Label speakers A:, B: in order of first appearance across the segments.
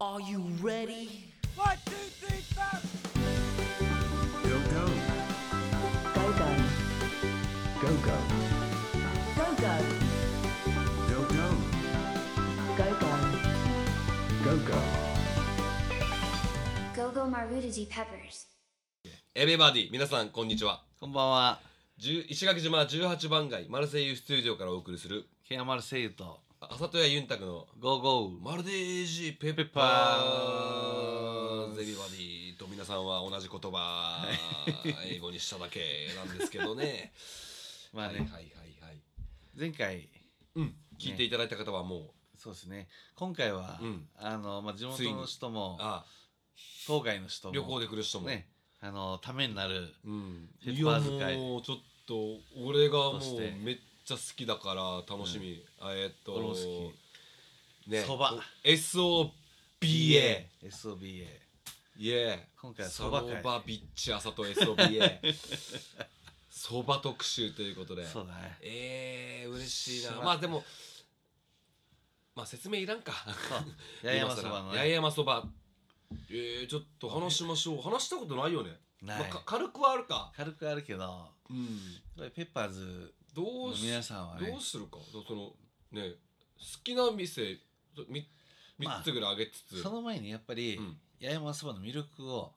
A: Are you ready?
B: One, two, three, four.
C: Go go.
A: Go go.
C: Go go.
A: Go go.
C: Go go.
A: Go go.
C: Go go.
D: Gogo Marutaji Peppers.
E: エベバディ皆さんこんにちは
F: こんばんは、
E: 10石垣島18番街マルセイユスタジオからお送りする
F: ケアマルセイユと
E: 朝戸谷ユンタクの
F: ゴーゴー。
E: マルデージペッパーズエビバディと皆さんは同じ言葉英語にしただけなんですけどね
F: まあ
E: はい
F: ね、
E: はいはいはい
F: 前回、
E: うん聞いていただいた方はもう
F: そうですね、今回は、
E: うん
F: あのまあ地元の人も
E: あ
F: 郊外の人も
E: 旅行で来る人も
F: ね、あのためになる。
E: うん
F: ペ
E: い
F: ッパ
E: や
F: ー使い
E: もうちょっと俺がもう
F: そして
E: めっちゃ好きだから楽しみあえーっと
F: 俺も好
E: ね
F: そば
E: SOBA
F: SOBA。
E: イエー
F: 今回は
E: そ
F: そば
E: ば
F: 会
E: ビッチ朝と SOBA そば特集ということで
F: そうだね。
E: えー、嬉しい
F: そ
E: な
F: ば
E: まあでもまあ説明いらんか
F: 八重山そば
E: 八
F: の
E: 重
F: ね。
E: 山そばえー、ちょっと話しましょう話したことないよね、ま
F: な
E: あ
F: い、
E: か軽くはあるか
F: 軽くあるけど、や
E: うん
F: っぱりペッパーズ
E: ど
F: の
E: うし
F: 皆さんは
E: ど
F: ね
E: う、するかだそのね好きな店そみ
F: まあ
E: 3つぐらいあげつつ、
F: その前にやっぱり、
E: うん
F: 八重山そばの魅力を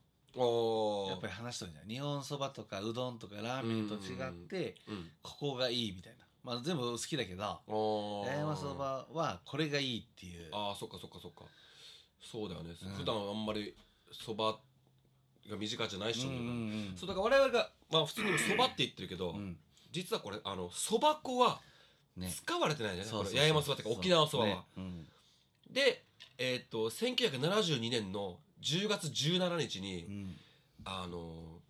E: ああ
F: やっぱり話してるんじゃない日本そばとかうどんとかラーメンと違って、
E: うん
F: ここがいいみたいな。まあ全部好きだけど、
E: あー
F: 八重山そばはこれがいいっていう
E: ああそっかそっかそっかそうだよね、
F: うん
E: 普段あんまりそばが短じゃない人もいるから、
F: ん
E: そうだから我々がまあ普通にそばって言ってるけど、
F: うん
E: 実はこれあのそば粉は
F: ね
E: 使われてないんだよね
F: そう
E: こ
F: そう
E: れ八
F: そう
E: 重山そばっていうか沖縄そばは、
F: ねうん
E: でえっ、と1972年の10月17日に、
F: うん
E: あの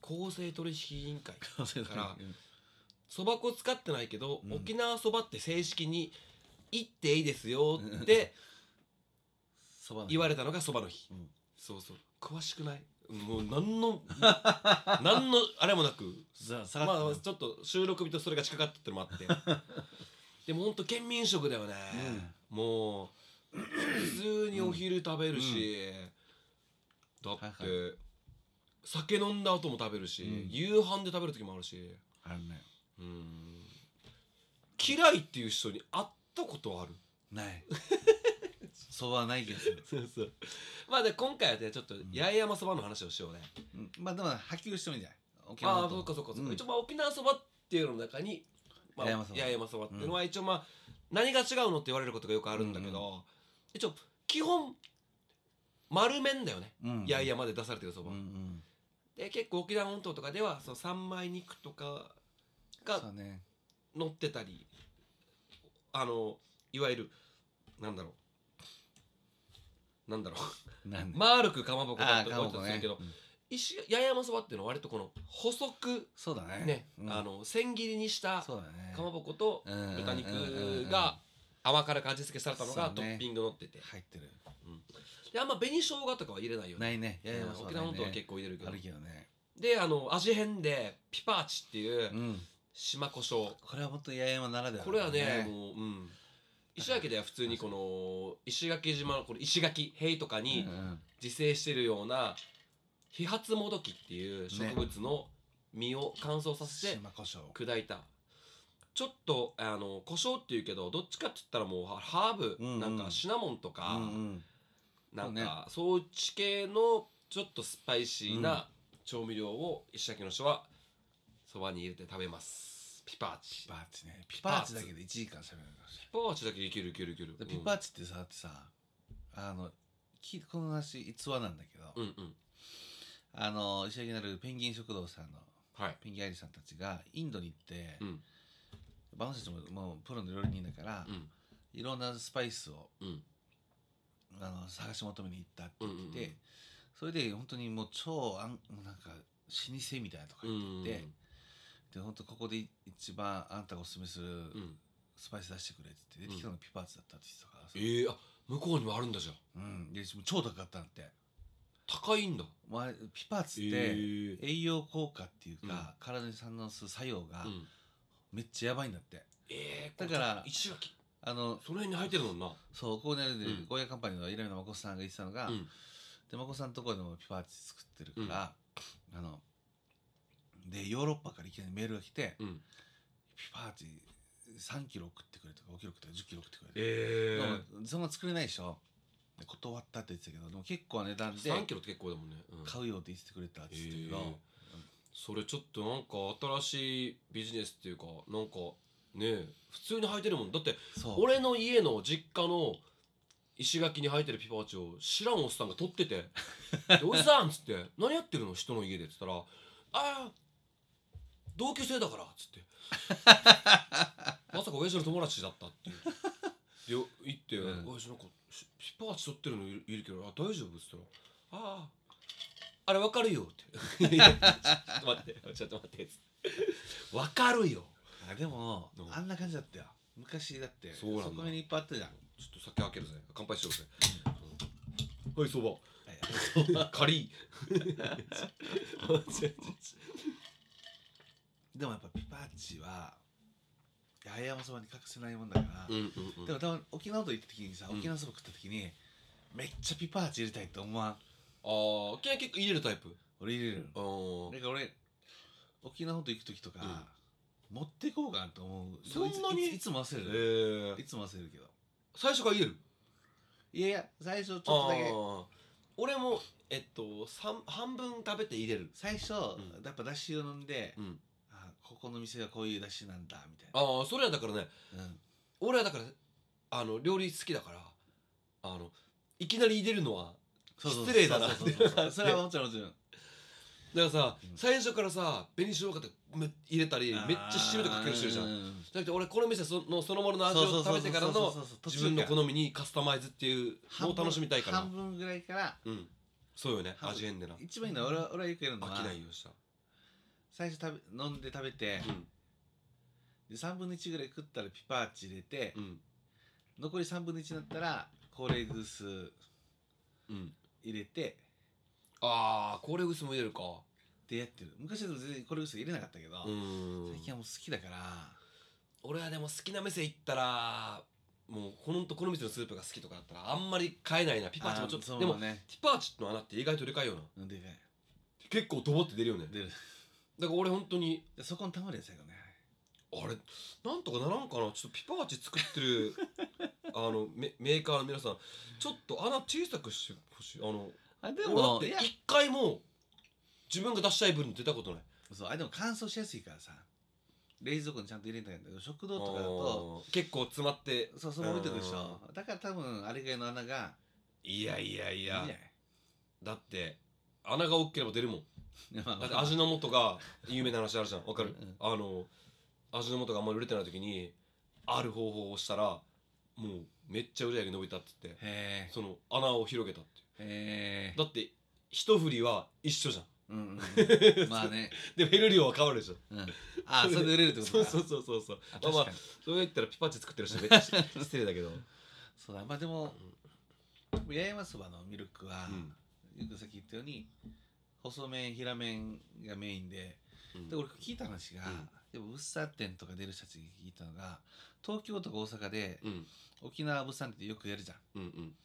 E: 公正取引委員会
F: そうそうそう
E: らそば粉使ってないけど、
F: うん
E: 沖縄そばって正式に行っていいですよって
F: そばの
E: 言われたのがそばの日、
F: うん
E: そうそう詳しくないもう何の何のあれもなく
F: ざ下
E: ま
F: がっ
E: あ
F: て
E: ちょっと収録日とそれが近かったってのもあ ってでもほんと県民食だよね、もう普通にお昼食べるし、だって、
F: はい
E: 酒飲んだ後も食べるし、
F: うん
E: 夕飯で食べる時もあるし
F: あるね
E: うん嫌いっていう人に会ったことある
F: ないそばはないけど
E: そうそうまあで今回はねちょっと八重山そばの話をしようね、
F: うん まあでも波及してもいいんじゃない沖
E: あ
F: 縄
E: あ
F: と
E: そうかそうかそうか、
F: ん
E: 一応まあ沖縄そばっていうのの中に、まあ、
F: 八重
E: 八
F: 山そば
E: 重山そばっていうのは一応まあ何が違うのって言われることがよくあるんだけど、
F: うん
E: 一応基本丸麺だよね、
F: うん
E: 八重山で出されてるそば、
F: うんうん
E: で結構沖縄本島とかではその三枚肉とか
F: そ
E: が
F: うね
E: 乗ってたりあのいわゆるなんだろうなんだろう
F: なんで
E: 丸くかまぼこだ
F: あ
E: っ
F: ー
E: て
F: か
E: 思
F: ま
E: っ
F: ぼこ
E: たりする
F: ね
E: けど、石八重山そばっていうのは割とこの細く
F: そうだね
E: ね、
F: うん
E: あの千切りにした
F: そうだね
E: かまぼこと
F: うん
E: 豚肉
F: うんうんうん
E: が甘辛く味付けされたのが
F: そう
E: ト
F: ね
E: ッピング乗ってて、
F: 入ってる
E: であんま紅生姜とかは入れないよね
F: ないね八重山そ
E: 沖
F: ばない
E: 縄
F: ね
E: 本島は結構入れるけど
F: あるけどね
E: であの味変でピパーチっていう
F: うん
E: 島胡椒
F: これは本当八重山ならでは
E: これはねもううん石垣では普通にこの石垣島のこれ石垣塀とか
F: い
E: に自生してるような飛発もどきっていう植物の実を乾燥させて
F: 島胡椒
E: 砕いたちょっとあの胡椒っていうけどどっちかって言ったらもうハハーブ、
F: うんうん
E: なんかシナモンとか、
F: うんうん
E: なん
F: そうね
E: かそういう地系のちょっとスパイシーな調味料を石垣の人はそばに入れて食べますピパーチ
F: ピ
E: ピ
F: パーチねピ
E: パ
F: パ
E: ー
F: ー
E: チ
F: チだけで1時間喋るかもし
E: パーチだけいけるいけるいける
F: れないピパー
E: チ
F: チってさだってさあのきこの話逸話なんだけど、
E: うんうん
F: あの石垣になるペンギン食堂さんの
E: はい
F: ペンギンアイリさんたちがインドに行って、
E: うん
F: バウンたちももうプロの料理人だから、
E: うん
F: いろんなスパイスを
E: うん
F: あの探し求めに行ったって言ってて、
E: うんうんうん
F: それで本当にもう超あんもうなんか老舗みたいなとか
E: う
F: 言って
E: ん
F: て、で本当ここで一番あんたがおすすめする
E: うん
F: スパイス出してくれって言って出てきたのがピパーチだったって言ってたからさ、
E: えー、あ向こうにもあるんだじゃん
F: うん、でも超高かったんだって、
E: 高いんだ
F: まあ、ピパーツっ
E: え
F: て
E: ー
F: 栄養効果っていうか、体に反応する作用が
E: うん
F: めっちゃやばいんだって、
E: えー、
F: だから
E: これちょっと石垣
F: あの
E: その辺に入ってるもんな
F: そうここにあるで、
E: うん
F: ゴーヤカンパニーのいろいろなまこさんが言ってたのが、
E: うん
F: でまこさんのところでもピパーチ作ってるから、あのでヨーロッパからいきなりメールが来て
E: うん
F: 「ピパーチ3キロ送ってくれ」とか5キロ送ってくれ10キロ送ってくれとか
E: え
F: でもそんな作れないでしょで断ったって言ってたけどでも結構な値段
E: え3
F: で
E: キロって結構だもんね、うん
F: 買うよって言ってくれたって言ってたけど、
E: へえそれちょっとなんか新しいビジネスっていうかなんかねえ普通に履いてるもんだって
F: そう
E: 俺の家の実家の石垣に生えてるピパーチを知らんおっさんが取って て「でおじさん!」っつって「何やってるの人の家で」っつったら「ああ同級生だから」っつ って「まさか親父の友達だった」っていう。で行って「
F: うん
E: 親父なんかしピパーチ取ってるのいるいるけどあ大丈夫?」っつったら「あああれわかるよ」って「 いやちょっと待ってちょっと待って」 っつって「わかるよ」
F: あでも
E: うん
F: あんな感じだったよ昔だって
E: そうなんだ
F: こにいっぱいあったじゃん
E: ちょっと酒開けるぜ乾杯しようぜ、うんはいそば カリー
F: でもやっぱピパーチは八重山そばに欠かせないもんだから、
E: うんうん
F: でもたまに沖縄と行った時にさ
E: うん
F: 沖縄そば食った時に、めっちゃピパーチ入れたいって思わん
E: うん、ああ結構入れるタイプ
F: 俺入れる
E: あー
F: のだから俺沖縄と行く時とか、持ってこうかなと思う
E: そんなに
F: いついついつも忘れ
E: え
F: る、
E: ー
F: いつも忘れるけど
E: 最初から入れる
F: いやいや最初ちょっとだけ
E: あー俺もえっと三半分食べて入れる
F: 最初、
E: ん
F: やっぱだしを飲んで、
E: うん
F: あここの店はこういうだしなんだみたい
E: ああそれはだからね
F: な、うん、
E: 俺はだからあの料理好きだからあのいきなり入れるのは
F: そうそう
E: 失礼だな
F: そうそう そうそうそれはもちろんもちろん
E: だからさ、
F: うん
E: 最初からさ紅生姜とかめ入れたりめっちゃ汁とかかける人いるじゃん
F: ううう
E: じゃなくて俺この店そのそのものの味を食べてから
F: そう
E: の
F: そうそうそう途中
E: 自分の
F: から
E: 好みにカスタマイズっていうのを楽しみたいから
F: 半分ぐらいから
E: うんそうよね
F: 半分
E: 味変でな
F: 一番いいのは俺は俺はよくやるのは
E: 飽きないようにした
F: 最初食べ飲んで食べて、
E: うん
F: で3分の1ぐらい食ったらピパーチ入れて、
E: うん
F: 残り3分の1になったらコーレーグース
E: うん
F: 入れて
E: ああコーレーグスも入れるか
F: ってやってる昔でも全然コーレーグース入れなかったけど、
E: うーん
F: 最近はもう好きだから
E: 俺はでも好きな店行ったらもうこのこの店のスープが好きとかだったらあんまり買えないなピパーチもちょっ
F: あ
E: と
F: ー
E: で
F: そ
E: も
F: うね
E: ピパーチの穴って意外とでかいよな
F: うんでかい
E: 結構ドボって出るよね
F: で
E: だから俺本当に
F: でそこの玉で最後ね
E: あれなんとかならんかなちょっとピパーチ作って るあのメメーカーの皆さんちょっと穴小さくしてほしいあの
F: あで
E: 俺だっ
F: も
E: て
F: いや
E: 一回も自分が出したい分出たことない
F: そうあでも乾燥しやすいからさ冷蔵庫にちゃんと入れたいんだけど食堂とかだと
E: あー結構詰まって
F: そうそう置いてくでしょだから多分あれぐらいの穴が
E: いやいやい
F: いいんじゃ
E: や
F: ない
E: だって穴が大きければ出るもん
F: いやまあ
E: だって味の素が有名な話あるじゃんわかる、
F: うん
E: あの味の素があんまり売れてない時にある方法をしたらもうめっちゃ売り上げ伸びたって言って
F: へ
E: その穴を広げたって
F: えへえ
E: だって一振りは一緒じゃん
F: うんうんうんまあね
E: でも減る量は変わるでしょ
F: うんあそれで売れるってことか
E: そうそうそうそう
F: あ
E: まあま
F: 確
E: あ
F: かに
E: そう言ったらピパッチ作ってる人 めっちゃ失礼だけど
F: そうだまあでも八重山そばのミルクは
E: うん
F: よくさっき言ったように細麺平麺がメインで
E: うん
F: で俺聞いた話が
E: うん
F: でも物産店とか出る人たちに聞いたのが東京とか大阪で
E: うん
F: 沖縄物産店ってよくやるじゃん
E: うんうん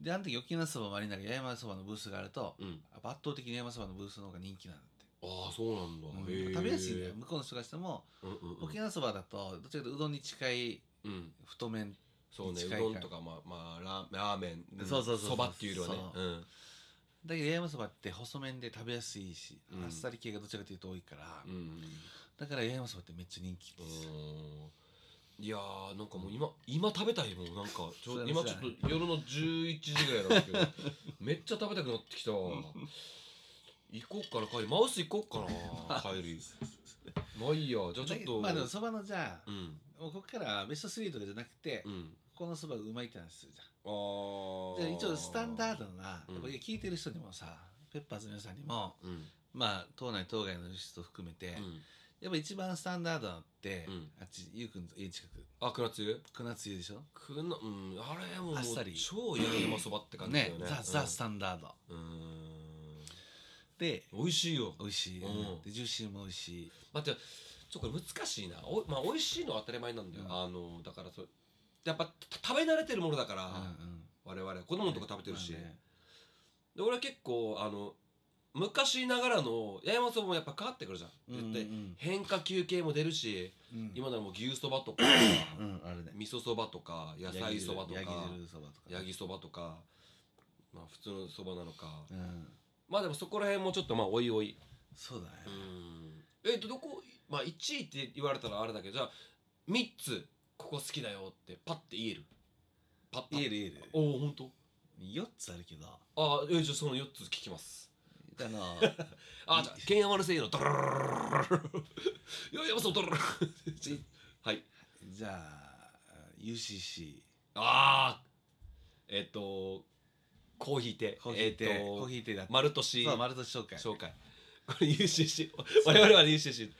F: であの時沖縄そばもありながら八重山そばのブースがあると
E: うん
F: 圧倒的に八重山そばのブースの方が人気なんだって
E: ああそうなんだ、
F: うん
E: へえ
F: 食べやすいんだよ向こうの人からしても
E: うんうんうん
F: 沖縄そばだとどっちらかというとうどんに近い
E: うん
F: 太麺
E: そうねう
F: 近いから
E: どんとかまあまあラーラーメンん
F: そうそうそうそう
E: そばっていうよりはね
F: そうだけど八重山そばって細麺で食べやすいし、
E: うん
F: あっさり系がどちらかというと多いから、
E: んうん
F: だから八重山そばってめっちゃ人気
E: う
F: です、
E: んいやーなんかもう今今食べたいもうなんかち
F: そうだ
E: ょ
F: ね
E: 今ちょっと夜の11時ぐらいなん ですけどめっちゃ食べたくなってきたわ行こうかな帰りマウス行こうかな帰りまあいいやじゃあちょっと
F: まあでもそばのじゃあ、
E: うん
F: もうここからはベスト3とかじゃなくて、
E: う
F: こ
E: ん
F: このそばがうまいって話するじゃ
E: あ
F: ん
E: ー
F: じゃあ一応スタンダードな、
E: うん
F: これ聞いてる人にもさペッパーズの皆さんにも
E: うん
F: まあ島内島外の人含めて、
E: うん
F: やっぱ一番スタンダードなのって、
E: うん
F: あっちゆうくんの家近く
E: あくなつゆ
F: クナツユでしょ
E: くなうんあれもう
F: あっさり
E: 超八重山そばって感じだ
F: ね
E: よね
F: ザ・ザ・ス
E: う
F: タンダード、
E: んうん
F: で
E: 美味しいよ
F: 美味しい、
E: うん
F: でジューシーも美味しい
E: 待ってちょっとこれ難しいなおまあ美味しいのは当たり前なんだよ、
F: うん
E: あのだからそやっぱた食べ慣れてるものだから、
F: うん
E: 我々子供のとか食べてるし、
F: まあね
E: で俺は結構あの昔ながらの八重山そばもやっぱかかってくるじゃん絶対、
F: うんうん
E: 変化球系も出るし、
F: うん
E: 今ならもう牛そばとか、
F: うんあるね
E: 味噌そばとか野菜そばとか
F: ヤギ汁そばとか
E: ヤギそばとか、まあ、普通のそばなのか、
F: うん
E: まあでもそこら辺もちょっとまあおいおい
F: そうだね
E: うんえっとどこまあ1位って言われたらあれだけどじゃあ3つここ好きだよってパッて言えるパッパッ
F: 言える言える
E: おおほんと
F: 4つあるけど
E: ああえじゃあその4つ聞きます
F: あの
E: あじゃあケンヤマルセイのドロロロロロロロロヤマソドロロロロロはい
F: じゃあ UCC
E: ああえっとコーヒーテ
F: コーヒー
E: え
F: テ
E: っと
F: コーヒーテだって
E: 丸年
F: そう丸年紹介
E: 紹介これ UCC 我々は UCC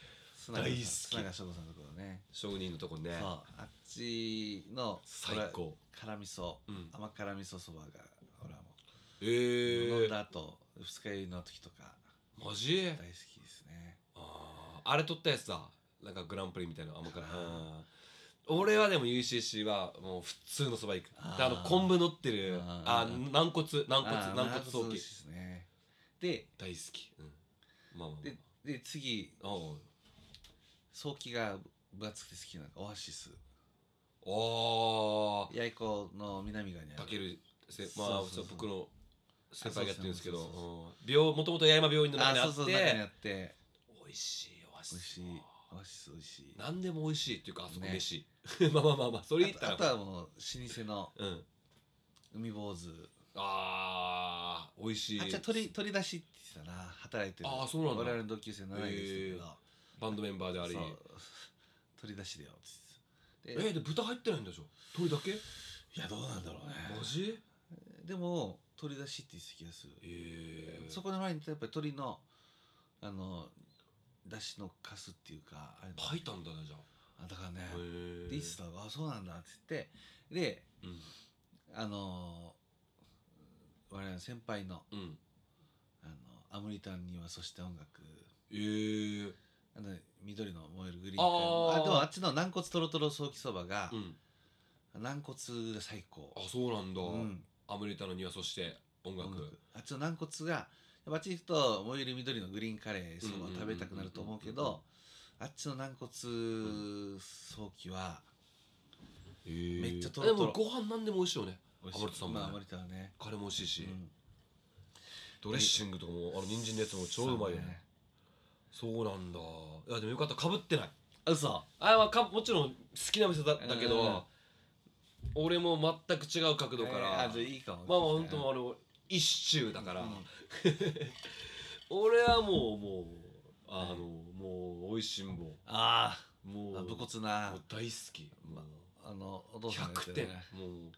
F: 大
E: 大好き
F: 長翔吾さんのところね
E: 商人のとこね
F: そうあっちの
E: 最高
F: 辛味噌、
E: うん
F: 甘辛味噌そばが俺はも
E: え
F: う、飲ん
E: ー、
F: だ後二日酔いの時とか
E: マジ
F: 大好きですね
E: あーあれ撮ったやつだなんかグランプリみたいな甘辛い俺はでも UCC はもう普通のそば行く
F: あー
E: であの昆布乗ってるあ
F: あー
E: ー軟骨軟骨
F: あー
E: 軟
F: まあ
E: 骨ソ
F: そう
E: ー
F: で
E: キ
F: すねで
E: 大好き、うん、まあまあ
F: でで次
E: まあおう
F: ソーキが分厚くて好きなのがオアシス
E: おー
F: 八重子の南側にある
E: たけるせ
F: そう
E: まあ
F: そうそう
E: そう僕の先輩がやってるんですけど
F: そうそうそう
E: うん病もともと八重山病院の中
F: あ
E: にあ
F: そう
E: っ
F: そう中にあ
E: て
F: って
E: 美味しいお
F: 美味しい
E: い
F: オアシス美味しい
E: 何でも美味しいっていうかあそこ
F: ね
E: 飯、 まあまあまあまあそれ言っ
F: あ
E: た
F: と
E: ら
F: あとはもう老舗の
E: うん
F: 海坊主
E: あー美味しい
F: あじゃあ取り取り出しって言ってたな働いてる
E: あーそうなんだ
F: 我々の同級生の7人ですけど、
E: バンドメンバーであり
F: そう取り出しだよって
E: え
F: 言ってたで
E: ー、で豚入ってないんでしょ鳥だけ
F: いやどうなんだろうね
E: マジ
F: でも取り出しって言ってた気がする、
E: えー、
F: そこの前にやっぱり鳥のあの出汁のカスっていうかあれの
E: パイタンだねじゃあ
F: あだからね、
E: へー
F: でいつだあそうなんだって言ってで
E: うん
F: あのー我々の先輩の
E: うん
F: あのアムリタンにはそして音楽
E: えー、
F: あの緑の燃えるグリーン
E: あー
F: あでもあっちの軟骨とろとろソーキそばが、
E: うん
F: 軟骨が最高
E: あそうなんだ、
F: うん
E: アムリタの庭そして音楽
F: 音楽あっちの軟骨がやっぱあっち行くと燃える緑のグリーンカレーそば食べたくなると思うけ
E: うんうんうんうん
F: どあっちの軟骨ソーキは
E: えー
F: めっちゃトロトロ
E: でもご飯何でも美味しいよね
F: 美味
E: アモリタさんもね
F: まあアモリタはね、
E: カレーも美味しいし、
F: うん
E: ドレッシングとかもあの人参のやつも超うまいよねそうなんだいやでもよかったかぶってない
F: そうね嘘
E: あまあかもちろん好きな店だったけ
F: うん
E: ど俺も全く違う角度から、
F: えーあじゃあいいかも
E: まあまあ本当あの一周だから、俺はもうもうあのもう美味しんぼ
F: あ
E: もう
F: ーあ武
E: も
F: 骨な
E: う大好き、も
F: あのお
E: う
F: 父さんが
E: 100
F: 言って
E: 点
F: たね
E: も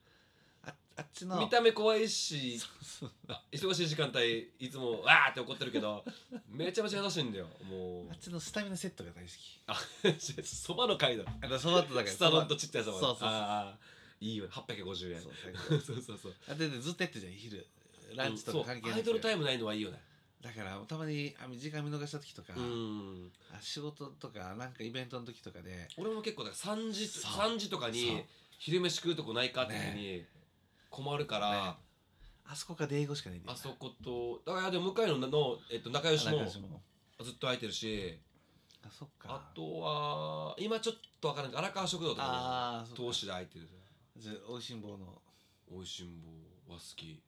F: ああっち
E: う
F: の
E: 見た目怖いし
F: そう
E: 忙しい時間帯いつもわーって怒ってるけ どめちゃめちゃ優しいんだよもう
F: あっちのスタミナセットが大好き
E: あ そばの回だ
F: あだそばとだから
E: スタロンとちっちゃいそば
F: そうそうそう
E: あーいいよ850円
F: そう
E: そうそうそう
F: あででずっとやってたじゃん昼ランチとか関係
E: そう
F: な
E: ア
F: い
E: イドルタイムないのはいいよね
F: だからたまにあ時間見逃した時とか、
E: うん
F: あ仕事とかなんかイベントの時とかで
E: 俺も結構だから3時
F: そう
E: 三時とか
F: そう
E: に昼飯食うとこないかって時に困るから、
F: あそこか英語しかないんだよ
E: あ
F: な
E: そことだからでも向井のの、えっと、仲良し
F: あ
E: も
F: 中島も
E: ずっと空いてるし
F: あそっか
E: あとは今ちょっと分からない荒川食堂とか
F: あーそっか
E: 投資で空いてる
F: じゃあ美味しん坊の
E: 美味しん坊は好き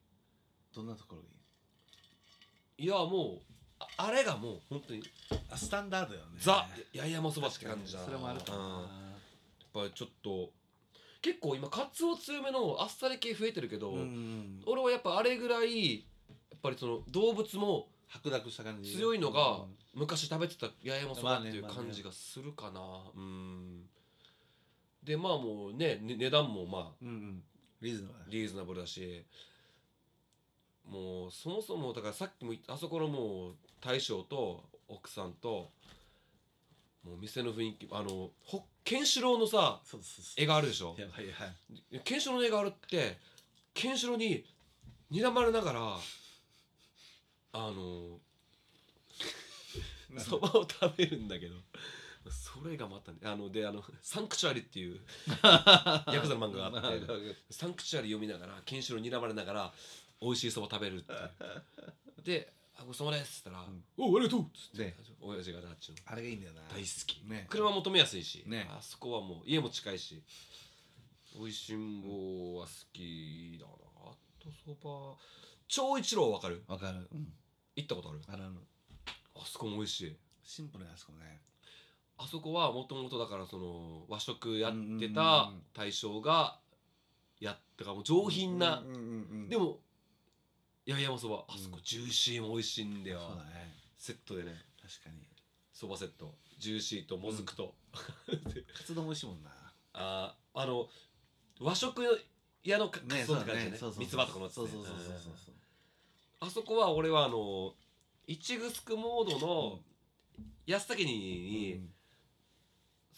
F: どんなところに
E: いやもうああれがもう本当に
F: あスタンダードよね
E: ザ八重山そばって感じだな
F: それもあるか
E: うん
F: もな
E: やっぱちょっと結構今カツオ強めのあっさり系増えてるけど、
F: うん
E: 俺はやっぱあれぐらいやっぱりその動物も
F: 白濁した感じ
E: 強いのが
F: うん
E: 昔食べてた八重山そばっていう
F: まあねまあね
E: 感じがするかな、うんでまあもうねね値段もまあ
F: うんうんリーズナブル
E: リーズナブルだしもうそもそもだからさっきも言ったあそこのもう大将と奥さんともう店の雰囲気あのほケンシロウのさ
F: そうそうそう
E: 絵があるでしょ
F: やばいやばい
E: ケンシロウの絵があるってケンシロウに睨まれながらあのそばを食べるんだけどそれがまたねあのであの「サンクチュアリ」っていうヤクザの漫画があってサンクチュアリ読みながらケンシロウに睨まれながら美味しいそば食べるっていうで「あごちそうさまです」っつったら「
F: ん
E: おうありがとう」っつって、
F: ね
E: 親父がなっちの
F: あれがいいんだよな
E: 大好き、
F: ね
E: 車も止めやすいし、
F: ね
E: あそこはもう家も近いし美味しん坊は好きだなあとそば長一郎わかる
F: わかる、うん、
E: 行ったことある
F: あれの
E: あそこも美味しい
F: シンプルなやつかもね
E: あそこはもともとだからその和食やってた
F: うんうんうん
E: 大将がやったからもう上品な、
F: うんうんうんうん
E: でも八重山そばあそこ
F: うん
E: ジューシーも美味しいんだよ、
F: そうだね
E: セットでね
F: 確かに
E: そばセットジューシーともずくと、
F: カツ丼美味しいもんな
E: あーあの和食屋のか
F: ね
E: そうって感じね
F: そうそうそう
E: 三つ葉とかのやつね
F: そうそうそうそうそうそう
E: うんあそこは俺はあの一グスクモードの安崎に、
F: うん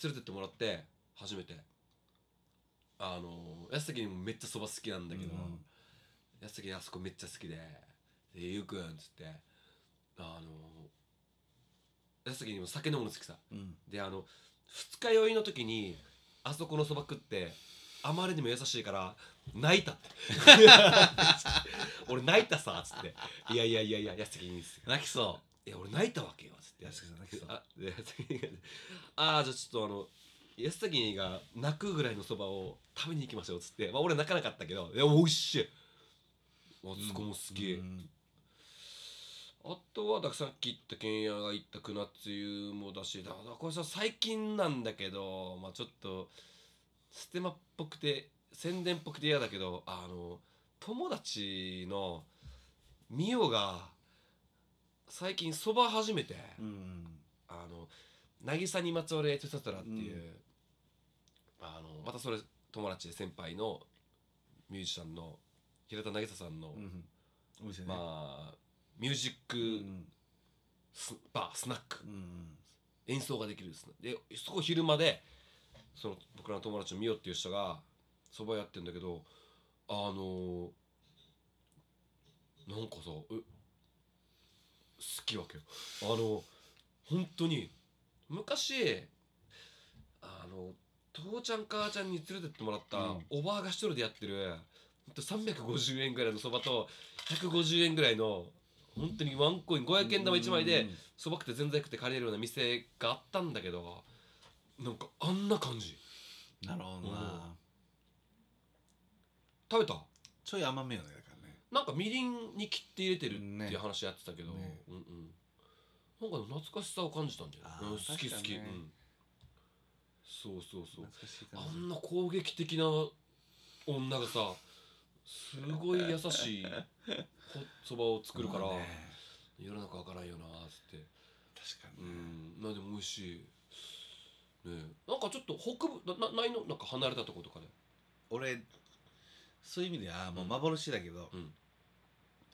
E: 連れてってもらって初めてあの安崎にもめっちゃそば好きなんだけど、
F: うん
E: 安崎あそこめっちゃ好きで「でゆうくん」っつってあの安崎にも酒飲むの好きさ
F: うん
E: であの二日酔いの時にあそこのそば食ってあまりにも優しいから泣いたって 俺泣いたさっつって「いやいやいやいや安崎にいいっすよ
F: 泣きそ
E: いや俺泣いたわけよ」っつって
F: う安くさん泣きそう
E: あで安崎があーじゃあちょっとあの安崎が泣くぐらいのそばを食べに行きましょうっつって、まあ、俺泣かなかったけどいや美味しいあそこも好き、
F: うん
E: あとはだからさっき言ったけんやが言ったくなつゆもだしだからこれさ最近なんだけど、まあ、ちょっとステマっぽくて宣伝っぽくて嫌だけどあの友達のミオが最近そば始めて。
F: うん
E: あの渚にまつわるエトセトラっていう、
F: う
E: あのまたそれ友達で先輩のミュージシャンの平田渚さんの、
F: うんお店ね
E: まあミュージッ
F: うん
E: クス、バースナック
F: うんうん
E: 演奏ができるですねでそこ昼間でその僕らの友達のミオっていう人がそばやってんだけどあのなんかさえ好きわけよあの本当に昔あの父ちゃん母ちゃんに連れてってもらった、
F: うん
E: おばあが一人でやってるほんと350円ぐらいのそばと150円ぐらいの本当にワンコイン500円玉1枚で、
F: うんうんうん
E: そば食ってぜんざい食って帰れるような店があったんだけどなんかあんな感じ
F: なるほどな
E: 食べた
F: ちょい甘めよねだからね
E: なんかみりんに切って入れてる
F: ね
E: っていう話やってたけど、
F: ね
E: うんうんなんか懐かしさを感じたんじゃない
F: あ、ー
E: うん好き好
F: 確
E: き、
F: かにね
E: うん、そうそうそう
F: 懐かしいかな
E: あんな攻撃的な女がさすごい優しいほそばを作るから、
F: まあね
E: 世の中わからんよなーっつって
F: 確か
E: う
F: にね
E: んなんでも美味しいねえなんかちょっと北部ななないのなんか離れたとことかで
F: 俺そういう意味ではもう
E: うん
F: 幻だけど、
E: うん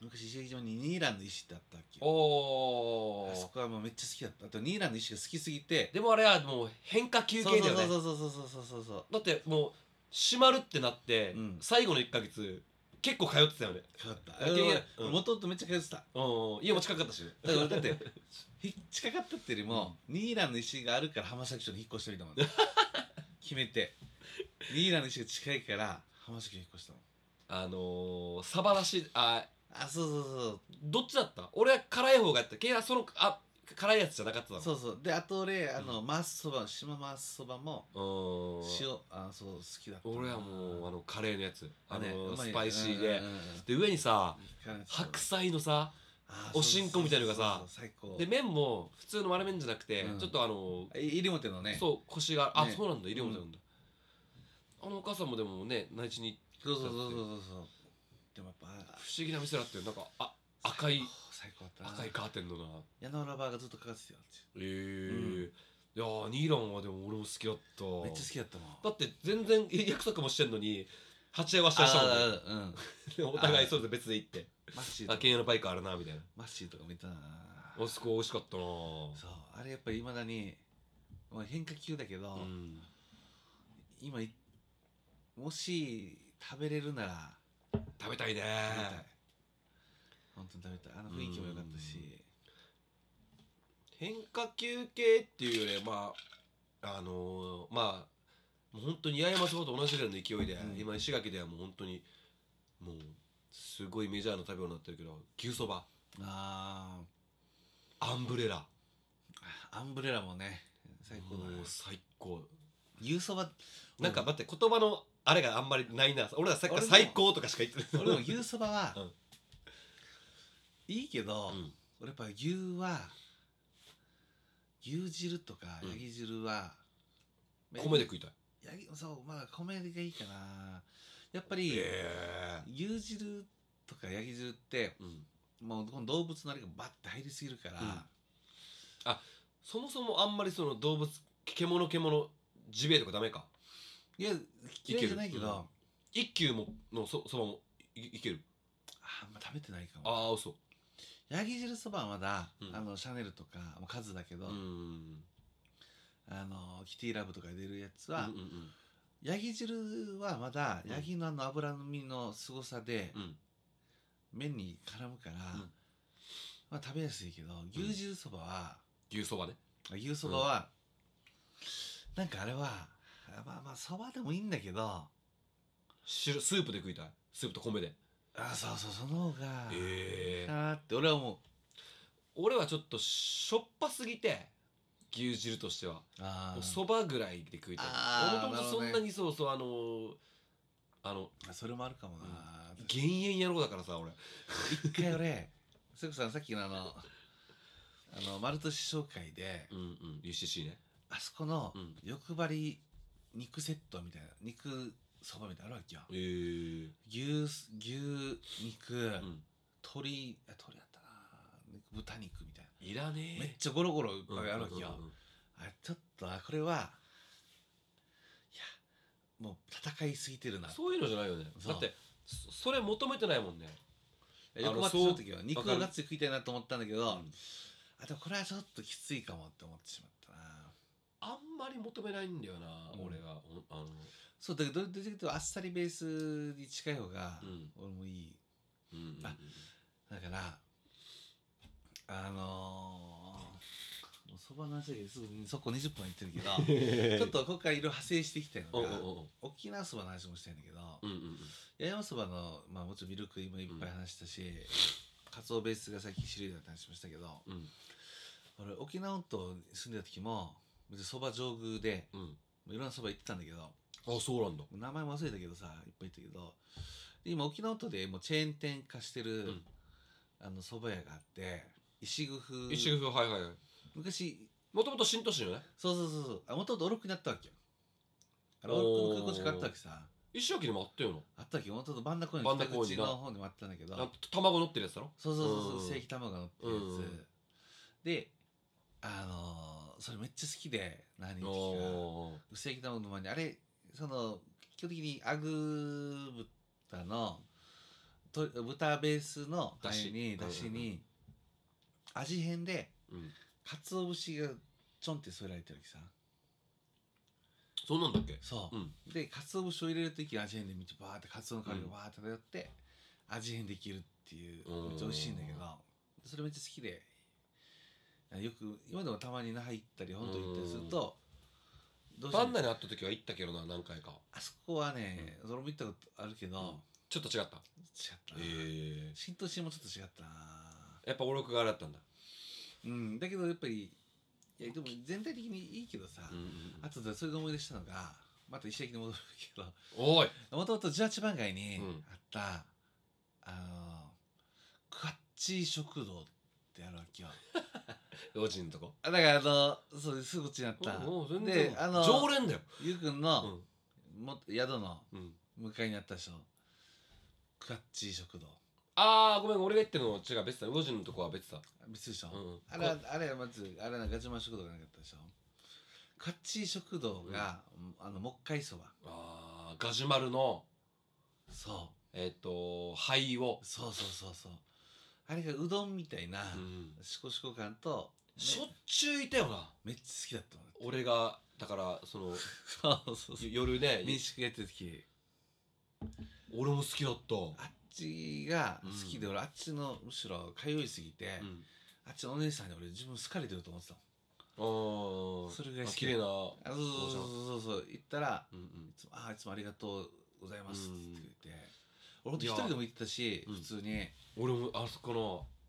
F: 昔石垣島にニーランの石ってあったっけ
E: お
F: あそこはもうめっちゃ好きだったあとニーランの石が好きすぎて
E: でもあれはもう変化球系だよね
F: そうそうそうそうそうそうそうそう
E: だってもう閉まるってなって、
F: うん
E: 最後の1ヶ月結構通ってたよね
F: かかった
E: いやいやうん
F: もともとめっちゃ通ってた
E: うん家も近かったし
F: だから俺だって引っ近かったっていうよりも、ニーランの石があるから浜崎町に引っ越してみたもん、ね、決めてニーランの石が近いから浜崎町に引っ越したもん
E: あのー、サバだしあ
F: あそうそうそう
E: どっちだった俺は辛い方がやったけどそのあ辛いやつじゃなかったの
F: そうそうであと俺あの、回すそば島回すそばも
E: うん
F: 塩あそう好きだったな
E: 俺はもうあのカレーのやつあの
F: ねうまい
E: ス
F: ね
E: パイシーで、
F: うんうんうん
E: で上にさ
F: 辛いやつ
E: 白菜のさ
F: あ
E: おしんこみたいのがさ
F: そうそうそう
E: で
F: 最
E: 麺も普通の丸麺じゃなくて、
F: うん
E: ちょっとあの
F: 高い入りてのね
E: そう腰があ、
F: ね
E: そうなんだ入れ物なんだ、あのお母さんもでもね内地に
F: そうそうそうそうそうそうでもやっぱ
E: 不思議な店だったよなんかあ赤い
F: 最高だった
E: 赤いカーテンのな
F: 矢野ラバーがずっとかかってたよ
E: ええいやーニーランはでも俺も好きだった
F: めっちゃ好きだったもん
E: だって全然約束もしてんのに鉢合わせはしたもんね
F: あうん
E: お互いそれぞれ別で行って
F: マッシー
E: あ
F: とか
E: 県営のバイクあるなみたいな
F: マッシーとか見たな
E: あそこ美味しかったな
F: そうあれやっぱりいまだにまあ変化球だけど、
E: うん
F: 今いもし食べれるなら
E: 食べたいね
F: 食べたい、本当に食べたいあの雰囲気も良かったし
E: 変化球系っていうよりまああのーまあもう本当に八重山そばと同じぐらいの勢いで、
F: うん
E: 今石垣ではもう本当にもうすごいメジャーな食べ物になってるけど牛そば
F: あ
E: アンブレラ
F: ーアンブレラもね最高だ
E: も う
F: ね
E: 最高
F: 牛そば
E: なんか待って言葉のあれがあんまりないな俺らさっきから
F: 俺も
E: 最高とかしか言ってない
F: 俺も牛そばは、
E: うん
F: いいけど、
E: うん
F: 俺やっぱ牛は牛汁とか
E: うん
F: ヤギ汁は、
E: 米で食いたい
F: ヤギそうまあ米がいいかなやっぱり、牛汁とかヤギ汁って
E: えうん
F: もうこの動物のあれがバッて入りすぎるから、
E: うんそもそもあんまりその動物獣獣ジビエとかダメか
F: いや嫌いじゃないけど、
E: いけるうん一
F: あ
E: 休ものそそばもいいける
F: あんま食べてないかも
E: ああ嘘
F: ヤギ汁そばはまだ、
E: うん
F: あのシャネルとかもう数だけ
E: う
F: ど、
E: んうん
F: あのキティラブとかで出るやつ
E: う
F: は、
E: ん
F: ヤギ汁はまだ
E: うん
F: ヤギのあの脂身の凄さで
E: うん
F: 麺に絡むから、
E: うん
F: まあ食べやすいけど牛汁そばは、
E: 牛そばね
F: あ牛そばは、なんかあれはあまあまあそばでもいいんだけどあ
E: 汁スープで食いたいスープと米で
F: そうそうその方が
E: え
F: かなって俺は思う
E: 俺はちょっとしょっぱすぎて牛汁としては
F: あ
E: もう
F: そ
E: そばぐらいで食いたい
F: あー
E: もともとそんなにそうそうあのーあの
F: それもあるかもな、
E: 減塩野郎だからさ俺
F: 一回俺すぐさんさっきのあのあの丸年紹介で
E: うんうん UCC ね
F: あそこの
E: うん
F: 欲張り肉セットみたいな肉そばみたいなのあるわけよ
E: えー、
F: 牛す牛肉、
E: うん
F: 鶏あ鶏だったな豚肉みたい
E: いらね
F: な
E: え
F: めっちゃゴロゴロいっ
E: うん
F: ぱいあるわけよ、
E: うん
F: あちょっとあこれはいやもう戦いすぎてるな
E: そういうのじゃないよね
F: そう
E: だってそそれ求めてないもんね
F: よく
E: あの
F: 待って
E: そう
F: た時は肉
E: わか
F: が
E: る
F: ガッツリ食いたいなと思ったんだけど、
E: うん
F: あでもこれはちょっときついかもって思ってしまったな
E: あんまり求めないんだよな、
F: うん
E: 俺がほんあの
F: そうだけどどっちかというとあっさりベースに近い方が
E: うん
F: 俺もいい、
E: うんうんうん
F: あだからあのー、もうそばの話だけですぐそこ20分は言ってるけどち ょっと今回いろいろ派生してきたの
E: おう
F: が
E: おうおう
F: 沖縄そばの話もしたいんだけど
E: うんうんうん
F: 八重山そばの、まあ、もちろんミルクもいっぱい話したし、カツオベースがさっき主流だって話しましたけど
E: うん
F: 俺沖縄本島に住んでた時も別にそば上宮で
E: うん
F: いろんなそば行ってたんだけど
E: あそうなんだ
F: 名前も忘れたけどさいっぱい行ったけどで今沖縄本島でもうチェーン店化してる、
E: ん
F: あのそば屋があって石工風
E: 一部はいはいはい
F: 昔
E: もともと新都市よね
F: そうそうそうそうあ元々おろくにあったわけよあの
E: おー
F: おろくの空港近くあったわけさ
E: 石垣にもあったよな
F: あったっけ元々バンダ公園
E: バンダ公園
F: 北
E: な
F: 口の方にもあったんだけど
E: なんか卵乗ってるやつだろ
F: そうそうそうそう
E: うん
F: 正規卵のってるやつ、
E: うん
F: であのーそれめっちゃ好きで何人
E: お
F: か
E: ー
F: 正規卵の前にあれその基本的にアグ豚のと豚ベースの
E: だし
F: あれに
E: うんうん
F: だ
E: うん
F: しに味変で
E: うん
F: 鰹節がちょんって添えられてるわけさ
E: そうなんだっけ
F: そう、
E: うん
F: で鰹節を入れる時に味変で見てバーって鰹の香りがバーって漂って、味変できるっていう
E: うん
F: めっちゃ美味しいんだけどそれめっちゃ好きでよく今でもたまに那覇行ったり本島行ったりすると、どうして
E: バ
F: も
E: ンナに会った時は行ったけどな何回か
F: あそこはね、それも行ったことあるけど、
E: うんちょっと違った
F: 違った
E: え
F: な、
E: ー
F: 新都心もちょっと違ったな
E: やっぱおろくがあれだったんだ
F: うんだけどやっぱりいやでも全体的にいいけどさ、
E: うんうんうん
F: あとでそれで思い出したのがまた石焼きに戻るけど
E: おい
F: もともと18番街に
E: うん
F: あった、あのクワッチー食堂ってあるわけよ
E: 老人のとこ
F: あだからあのそうですぐこっちにあった
E: もう全然
F: であの
E: 常連だよ
F: ゆうくんの、も宿の
E: うんうん
F: 向かいにあったでしょクワッチー食堂
E: ああごめん俺が言ってるの違う別だ老人のとこは別だ
F: 別でしょ、
E: うん
F: あれはあれはまずあれはガチマン食堂がなかったでしょクワッチー食堂が、あのもっかいそば
E: あーガジュマルの
F: そ
E: えっ、と灰を
F: う、そうそうそうそうあれがうどんみたいな、
E: うん
F: シコシコ感と、ね
E: しょっちゅういたよな
F: めっちゃ好きだったの
E: 俺がだからそ の
F: そうそうそう。
E: 夜ね
F: 民宿やってる時
E: 俺も好きだった、
F: あっちが好きで、俺あっちのむしろ通いすぎて、
E: うん
F: あっちのお姉さんに俺自分好かれてると思ってたもん
E: ああ
F: それぐらいしか
E: 綺麗な
F: あそうそうそうそうそうそう行ったら
E: うん
F: いつもあーいつもありがとうございますって言って、俺ほんと
E: いや
F: 一人でも行ってたし
E: うん
F: 普通に
E: うん、俺もあそこ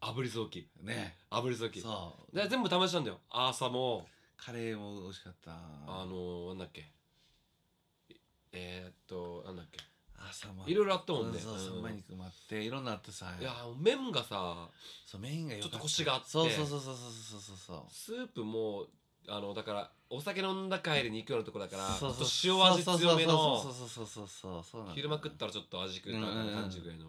E: の炙り臓器
F: ね
E: 炙り臓器
F: そう
E: で全部試したんだよ朝も
F: カレーも美味しかった
E: あのなんだっけえー、っとなんだっけ
F: 朝も
E: いろいろあったもんね
F: そうそう
E: うん
F: 三枚肉もあっていろんなあってさ
E: いや麺がさ
F: そうメインがよかった
E: ちょっとコシがあって
F: そうそうそうそうそうそうそう
E: スープもあのだからお酒飲んだ帰りに行くようなとこだから
F: そうそう
E: ちょっと塩味強め
F: そう
E: の
F: そうそうそうそうそうそうなんだよ
E: 昼間食ったらちょっと味食ったみたいな感じぐらいの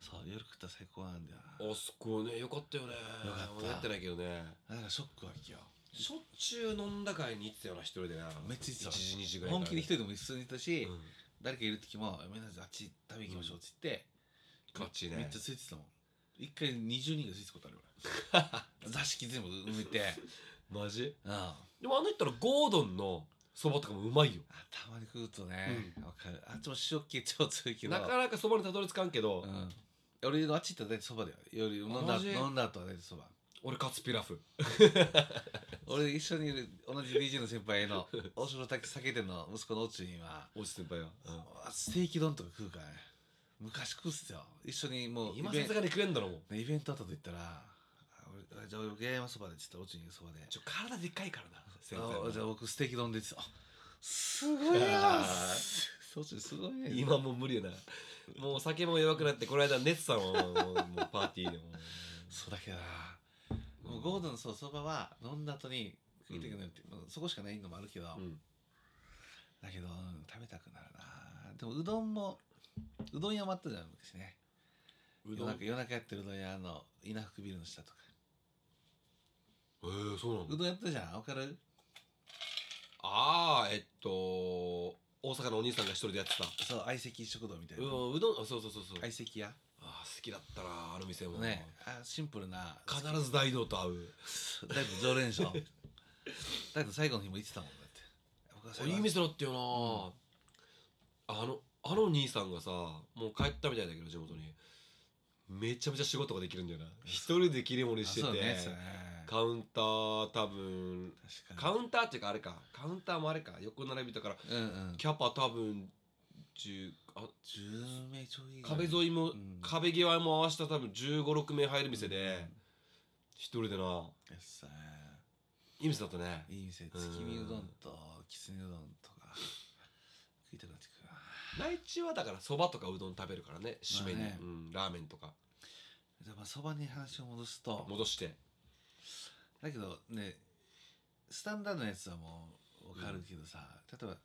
F: そう夜食ったら最高なんだよ
E: あそこねよかったよね
F: よかった
E: 俺やってないけどね
F: ななんかショックはきよ
E: しょっちゅう飲んだ帰りに行ってたよな一人でな
F: めっちゃ行ってた
E: 1時2時ぐらいから
F: 本気で一人でも一緒にいたし、
E: うん
F: 誰かいる時も「みんなであっち食べ行きましょう」って言って、
E: ガチね
F: めっちゃついてたもん一回20人がついたことある俺座敷全部埋めて
E: マジ
F: うんあ
E: でもあの言ったらゴードンのそばとかもうまいよ
F: たまに食うとねわ、かるあっちも塩気超強いけど
E: なかなかそばにたどり着かんけど、
F: うん俺のあっち行ったら大体そばだよ夜飲んだ
E: マジ
F: 飲んだ後は大体そば
E: 俺カツピラフ
F: 俺一緒にいる同じ DJ の先輩の 大城滝酒店の息子のおちには
E: おじ先輩は、
F: ステーキ丼とか食うからね昔食うっすよ一緒にもうイ
E: 今
F: ベ
E: さ
F: ン
E: すがに食えんだろもう
F: イベントあったと言ったら「あ俺じゃあ俺山そばで」っつったらおちにそばで
E: ちょ体でっかいからな
F: 「
E: 先
F: あじゃ
E: 輩
F: あ僕ステーキ丼です」 あすごい
E: あ
F: な
E: ー
F: そっちすごいね
E: 今もう無理よなもう酒も弱くなってこの間ネツさんはもうもうパーティーでも
F: そうだけどな
E: うん
F: もうゴードンのそうそばは飲んだ後に食いたくなるって、まあそこしかないのもあるけど、
E: うん
F: だけど、うん食べたくなるなでもうどんもうどん屋もあったじゃん昔ね
E: う
F: 夜
E: どん
F: 中夜中やってるうどん屋の稲福ビルの下とか
E: えー、そうなの
F: うどんやったじゃんわかる
E: ああえっと大阪のお兄さんが一人でやってた
F: そう相席食堂みたいうな、
E: んうどんあそうそうそうそう、
F: 相席屋
E: あー好きだったなあの店も
F: ねあシンプルな
E: 必ず大道と会う
F: だいぶ常連で しょだけど最後の日も行ってたもんだって僕は
E: あ
F: 最後
E: いい店だったよな、あのあの兄さんがさもう帰ったみたいだけど地元にめちゃめちゃ仕事ができるんだよな一人で切り盛り
F: あ
E: して
F: そう
E: て、
F: ねそうね
E: カウンター多分
F: 確
E: カ
F: か
E: ウンターっていうかあれかカウンターもあれか横並びだから
F: にうんうん
E: キャパ多分10あ
F: 10名ちょいぐら
E: 壁沿いも、
F: うん
E: 壁際も合わせた多分1 5六6名入る店
F: う
E: で
F: ん
E: 一、人でな
F: やっさ
E: いい店だったね
F: いい店月見うどんときつねうどんとか食いたくなってくるな
E: 内地はだからそばとかうどん食べるからね締めに、
F: まあね
E: うん、ラーメンとか
F: じゃあまあそばに話を戻すと
E: 戻して
F: だけどねスタンダードのやつはもう分かるけどさ、例えば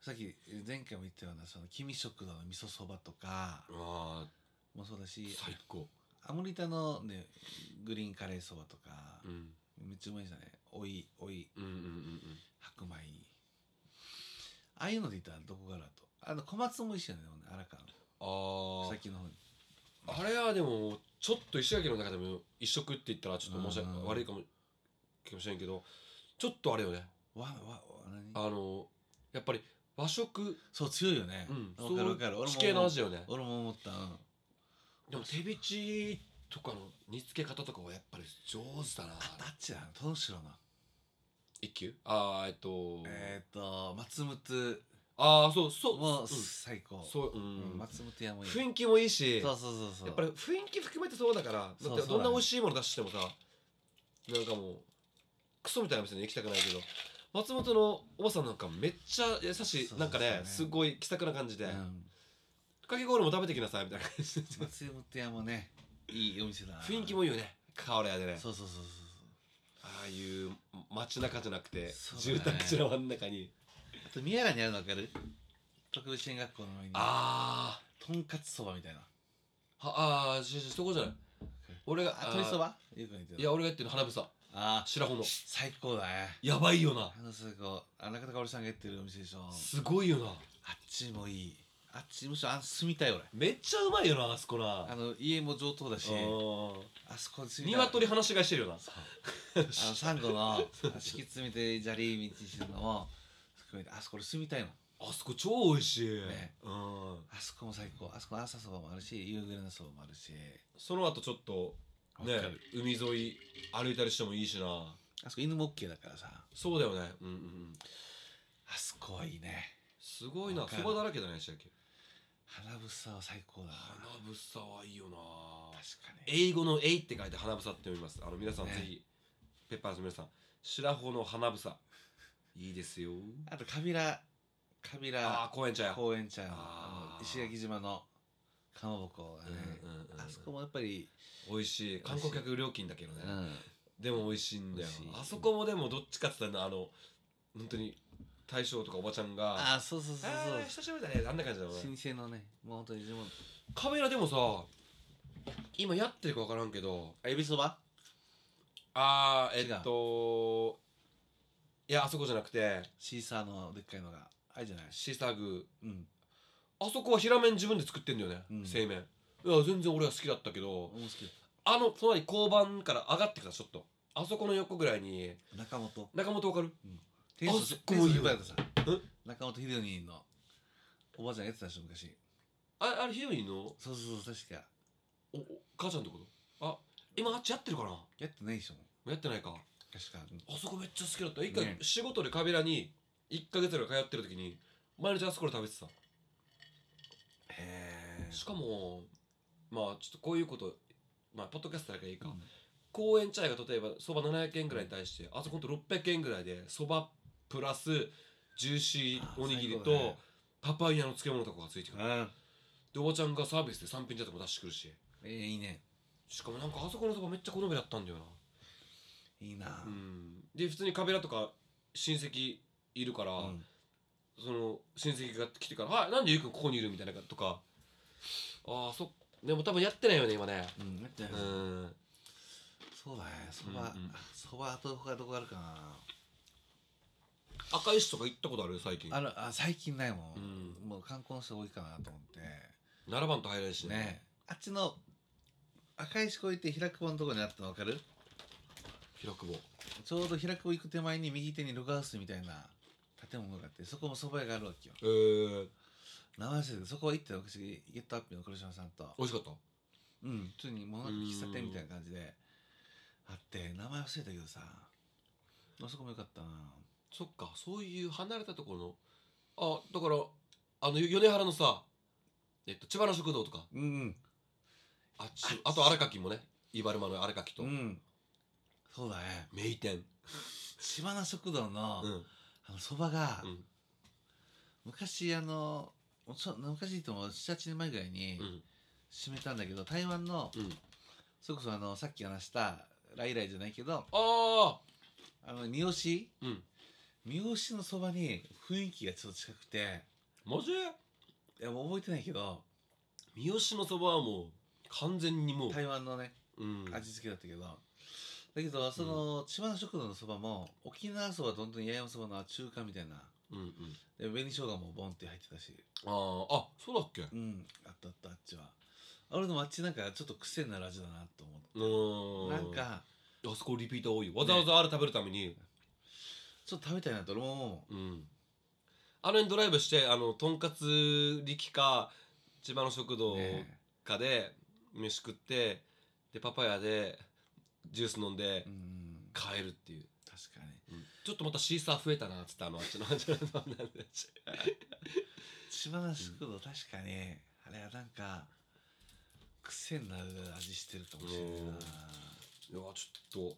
F: さっき前回も言ったようなその君食堂の味噌そばとか
E: ああ
F: もそうだし
E: 最高
F: アモリタの、ね、グリーンカレーそばとか、
E: うん
F: めっちゃうまいですよねおいおい
E: うんうんうん
F: 白米ああいうので言ったらどこからとあの小松も一緒だよね荒川
E: うん
F: の
E: あ
F: 先の方に
E: ああれはでもちょっと石垣の中でも一食って言ったらちょっと申し
F: うん
E: 訳悪いかもかもしれんけどちょっとあれよね
F: わわわ何
E: あのやっぱり和食、
F: そう強いよね、
E: うん、
F: わかるわかる
E: そう
F: 俺
E: 地形の
F: も
E: 味だよね
F: 俺も思った、うん
E: でも手びちとかの煮付け方とかはやっぱり上手だな
F: 形だなどうしろの
E: 一級ああえっと、
F: えっ、と松本
E: ああそうそう
F: も
E: うん
F: う最高、
E: そうう
F: うん
E: ん、
F: 松本屋もいい
E: 雰囲気もいいし
F: そうそうそうそう
E: やっぱり雰囲気含めてそうだから
F: そう
E: だって
F: そ
E: どん
F: うだね
E: な美味しいもの出してもさなんかもうクソみたいな店に行きたくないけど松本のおばさんなんかめっちゃ優し
F: そうそうそう
E: いなんかね
F: ね
E: すごい気さくな感じで
F: うん
E: 「かき氷も食べてきなさい」みたいな感 じで
F: 松本屋もねいいお店だな
E: 雰囲気もいいよね瓦屋でね
F: そうそうそうそう
E: ああいう街中じゃなくて
F: そうだね
E: 住宅地の真ん中に
F: あと宮原にあるの分かる特別支援学校の前に
E: あ
F: とんかつそばみたいな
E: ーはあーししそこじゃない俺が
F: あ鶏そ
E: ば
F: ばよく似てる
E: いや俺がやってる花房
F: あー
E: 白穂の
F: 最高だね
E: やばいよな
F: あの最高あ中田香織さんがやってるお店でしょあっ
E: すごいよな
F: ちもいいあっちむしろあ住みたい俺
E: めっちゃうまいよなあそこな
F: あの家も上等だし
E: うん
F: あそこ住みたい
E: 鶏話し飼いしてるよな
F: あのサンゴの敷き詰めて砂利道にしてるのも含めてあそこ俺住みたいもん
E: あそこ超美味しい、
F: ね
E: うん
F: あそこも最高あそこ朝そばもあるし夕暮れのそばもあるし
E: その後ちょっとね
F: わかる
E: 海沿い歩いたりしてもいいしな
F: あそこ犬も OK だからさ
E: そうだよねうんうんうん
F: あそこはいいね
E: すごいな
F: わかる
E: そばだらけじゃないでしたっけ
F: 花房は最高だな
E: 花房はいいよな
F: 確かに
E: 英語の「えい」って書いて花房って読みますあの皆さん、
F: ね
E: ぜひペッパーズの皆さん白穂の花房いいですよ
F: あとカビラカビ
E: ああー
F: ラ
E: 公園茶屋
F: 公園ちゃん
E: あー
F: あの石垣島のかまぼこがね、
E: うんうんうんうん
F: あそこもやっぱり、
E: 美味しい観光客料金だけどね、
F: うん
E: でも美味しいんだよ
F: 美味しい
E: あそこもでもどっちかって言ったらあの本当に大将とかおばちゃんが
F: ああそうそう
E: あ
F: そう
E: あー
F: そ
E: 久しぶりだねあんな感じだもんね
F: う老舗のねもう本当に地元
E: カメラでもさ今やってるか分からんけど
F: えびそば
E: あー
F: 違う
E: えっといやあそこじゃなくて
F: シーサーのでっかいのがあれじゃない
E: シーサーグ
F: うん
E: ーあそこは平麺自分で作ってんだよね、
F: うん
E: 製麺いや全然俺は好きだったけど
F: 面白い
E: あの隣交番から上がってくださいちょっとあそこの横ぐらいに
F: 中本
E: 中本わかる
F: テニス
E: あすっごいいいよ
F: テニスのバイトさん
E: え
F: 中本秀人のおばあちゃんやってたでしょ昔
E: ああれひよりの
F: そうそうそう確か
E: おお母ちゃんってことあ今あっちやってるかなも
F: やってないでしょも
E: うやってないか
F: う確か
E: あそこめっちゃ好きだった一回
F: ね
E: 仕事でカビラに1ヶ月ぐらい通ってる時に毎日あそこで食べてた
F: へえ
E: しかもまあちょっとこういうことまあポッドキャストだからいいか、公園チャイが例えばそば700円ぐらいに対してあそこんと600円ぐらいでそばプラスジューシーおにぎりと、
F: あー最高だね
E: パパイヤの漬物とかがついてく
F: う
E: る
F: ん
E: でおばちゃんがサービスで3品だとも出してくるし
F: えー、いいね
E: しかもなんかあそこのそばめっちゃ好みだったんだよない
F: いな
E: うんで普通にカメラとか親戚いるから、
F: うん
E: その親戚が来てから「はいなんでゆうくんここにいる?」みたいなとかああそでも多分やってないよね今ね
F: うんやってな
E: う
F: い
E: ん
F: そうだねそば
E: うんうん
F: そばあと他どこあるかな
E: 赤石とか行ったことある最近
F: あるあ最近ないもん、
E: うん
F: もう観光の人多いかなと思って
E: 7番と入らないしね
F: ねあっちの赤石越えて平久保のとこにあったの分かる
E: 平久保
F: ちょうど平久保行く手前に右手にログハウスみたいな建物があってそこも蕎麦屋があるわけよ
E: えー、
F: 名前忘れたけどそこ行って私ゲットアップの黒島さんと
E: 美味しかっ
F: うん普通にもうなんか喫茶店みたいな感じであって名前忘れたけどさあそこもよかったな
E: たそっかそういう離れたところのあだからあの米原のさえっと千葉の食堂とか
F: うん
E: あっちあと荒垣もね茨間の荒垣
F: う
E: と、
F: んそうだね
E: 名店
F: 島名食
E: う
F: 堂の、
E: ん
F: あのそばが、
E: うん
F: 昔あのそ昔とも78年前ぐらいに
E: うん
F: 閉めたんだけど、台湾の
E: うん
F: それこそあのさっき話したライライじゃないけど
E: ああ
F: あの三好
E: うん
F: 三好のそばに雰囲気がちょっと近くて
E: マジ
F: いやもう覚えてないけど
E: 三好のそばはもう完全にもう、
F: 台湾のね
E: うん、
F: 味付けだったけど、だけどその千葉の食堂のそばも沖縄そばと本当に八重山そばの中華みたいな
E: うんうん
F: で紅生姜もボンって入ってたし
E: あーあそうだっけう
F: うんあったあったあっちはあれでもあっちなんかちょっと癖になる味だなと思って
E: ーん
F: なんか
E: あそこリピーター多いよわざわざあれ食べるために、
F: ちょっと食べたいなと俺も思
E: うんあれにドライブしてあのとんかつ力か千葉の食
F: う
E: 堂
F: ね
E: かで飯食ってでパパヤでジュース飲んで
F: うん
E: 帰るっていう、
F: 確かに
E: ちょっとまたシーサー増えたなっつってあのあっちのあっち のあっちのあっち
F: 千葉の食堂確かにあれはなんか癖になる味してるかもしれない
E: うん
F: ない
E: やちょっと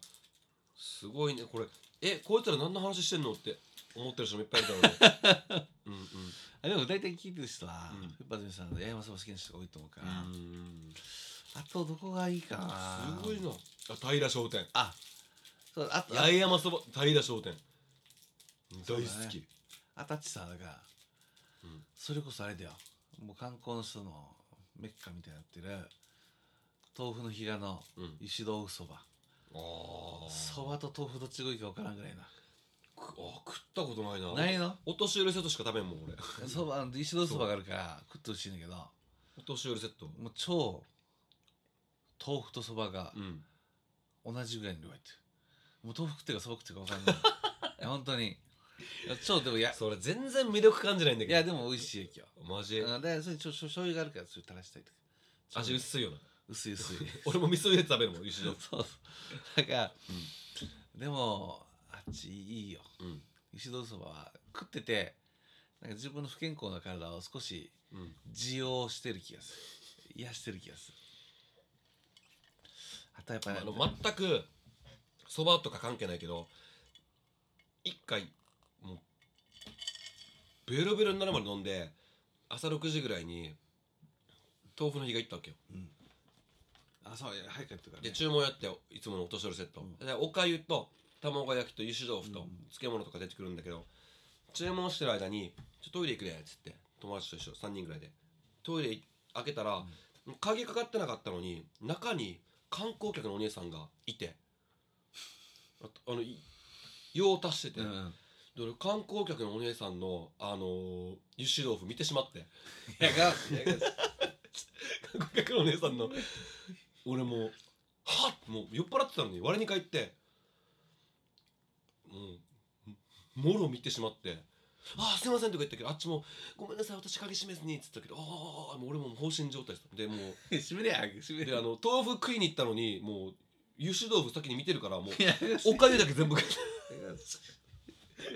E: すごいねこれえこうやったら何の話してんのって思ってる人もいっぱいいるだろうね
F: あでも大体聞いてる人は
E: うん
F: ペッパーズミさんの八重山そば好きな人が多い と思うから、
E: うんうんうん
F: あとどこがいいかな
E: すごいなあ平商店
F: あそうあと
E: 八重山そば平商店大
F: そう
E: 好
F: だね
E: き
F: あたちさんだから、
E: うん
F: それこそあれだよもう観光の人のメッカみたいになってる豆腐のひがの
E: うん
F: 油脂豆腐そば
E: あー
F: そばと豆腐どっちがいいか分からんぐらいな
E: くあー食ったことないな
F: ないの
E: お年寄りセットしか食べんもん俺
F: そばあの油脂豆腐そばがあるから食ってほしいんだけど
E: お年寄りセット
F: もう超豆腐とそばが
E: うん
F: 同じぐらいの量入ってるもう豆腐食ってるかそば食ってるか分かんな いいや本当にいや超でもや
E: それ全然魅力感じないんだ
F: い
E: けど
F: やでも美味しいよ
E: マジ
F: 今日だからそれちょちょ醤油があるからそれ垂らしたりとか
E: 味薄いよな
F: 薄い薄い
E: 俺も味噌入れて食べるもん一緒
F: そうそうだから、でもあっちいいよ
E: うん
F: 石豆そばは食っててなんか自分の不健康な体を少し
E: うん
F: 需要してる気がする癒してる気がするあとやっぱり
E: あの全くそばとか関係ないけど一回もうベロベロになるまで飲んで朝6時ぐらいに豆腐の日が行ったわけよ
F: あそういや早くやってから、ね
E: で、注文やっていつものお年寄りセット、でおかゆと卵焼きと油脂豆腐と漬物とか出てくるんだけど、注文してる間に「ちょトイレ行くで」っつって友達と一緒3人ぐらいでトイレ開けたら、鍵かかってなかったのに中に観光客のお姉さんがいてあとあのい用を足してて、
F: うん
E: で
F: うん、
E: 俺観光客のお姉さんの、あのー油脂豆腐見てしまって
F: やがやが
E: 観光客のお姉さんの俺もうはっもう酔っ払ってたのに我に返ってもうもろ見てしまって「ああすいません」とか言ったけどあっちも「ごめんなさい私鍵閉めずに」っつったけど「あーあーもう俺もう放心状態です」でもう
F: 閉めりゃ閉めり
E: で
F: ゃ
E: あの豆腐食いに行ったのにもう油脂豆腐先に見てるからもう
F: いやいや
E: おかゆだけ全部食っ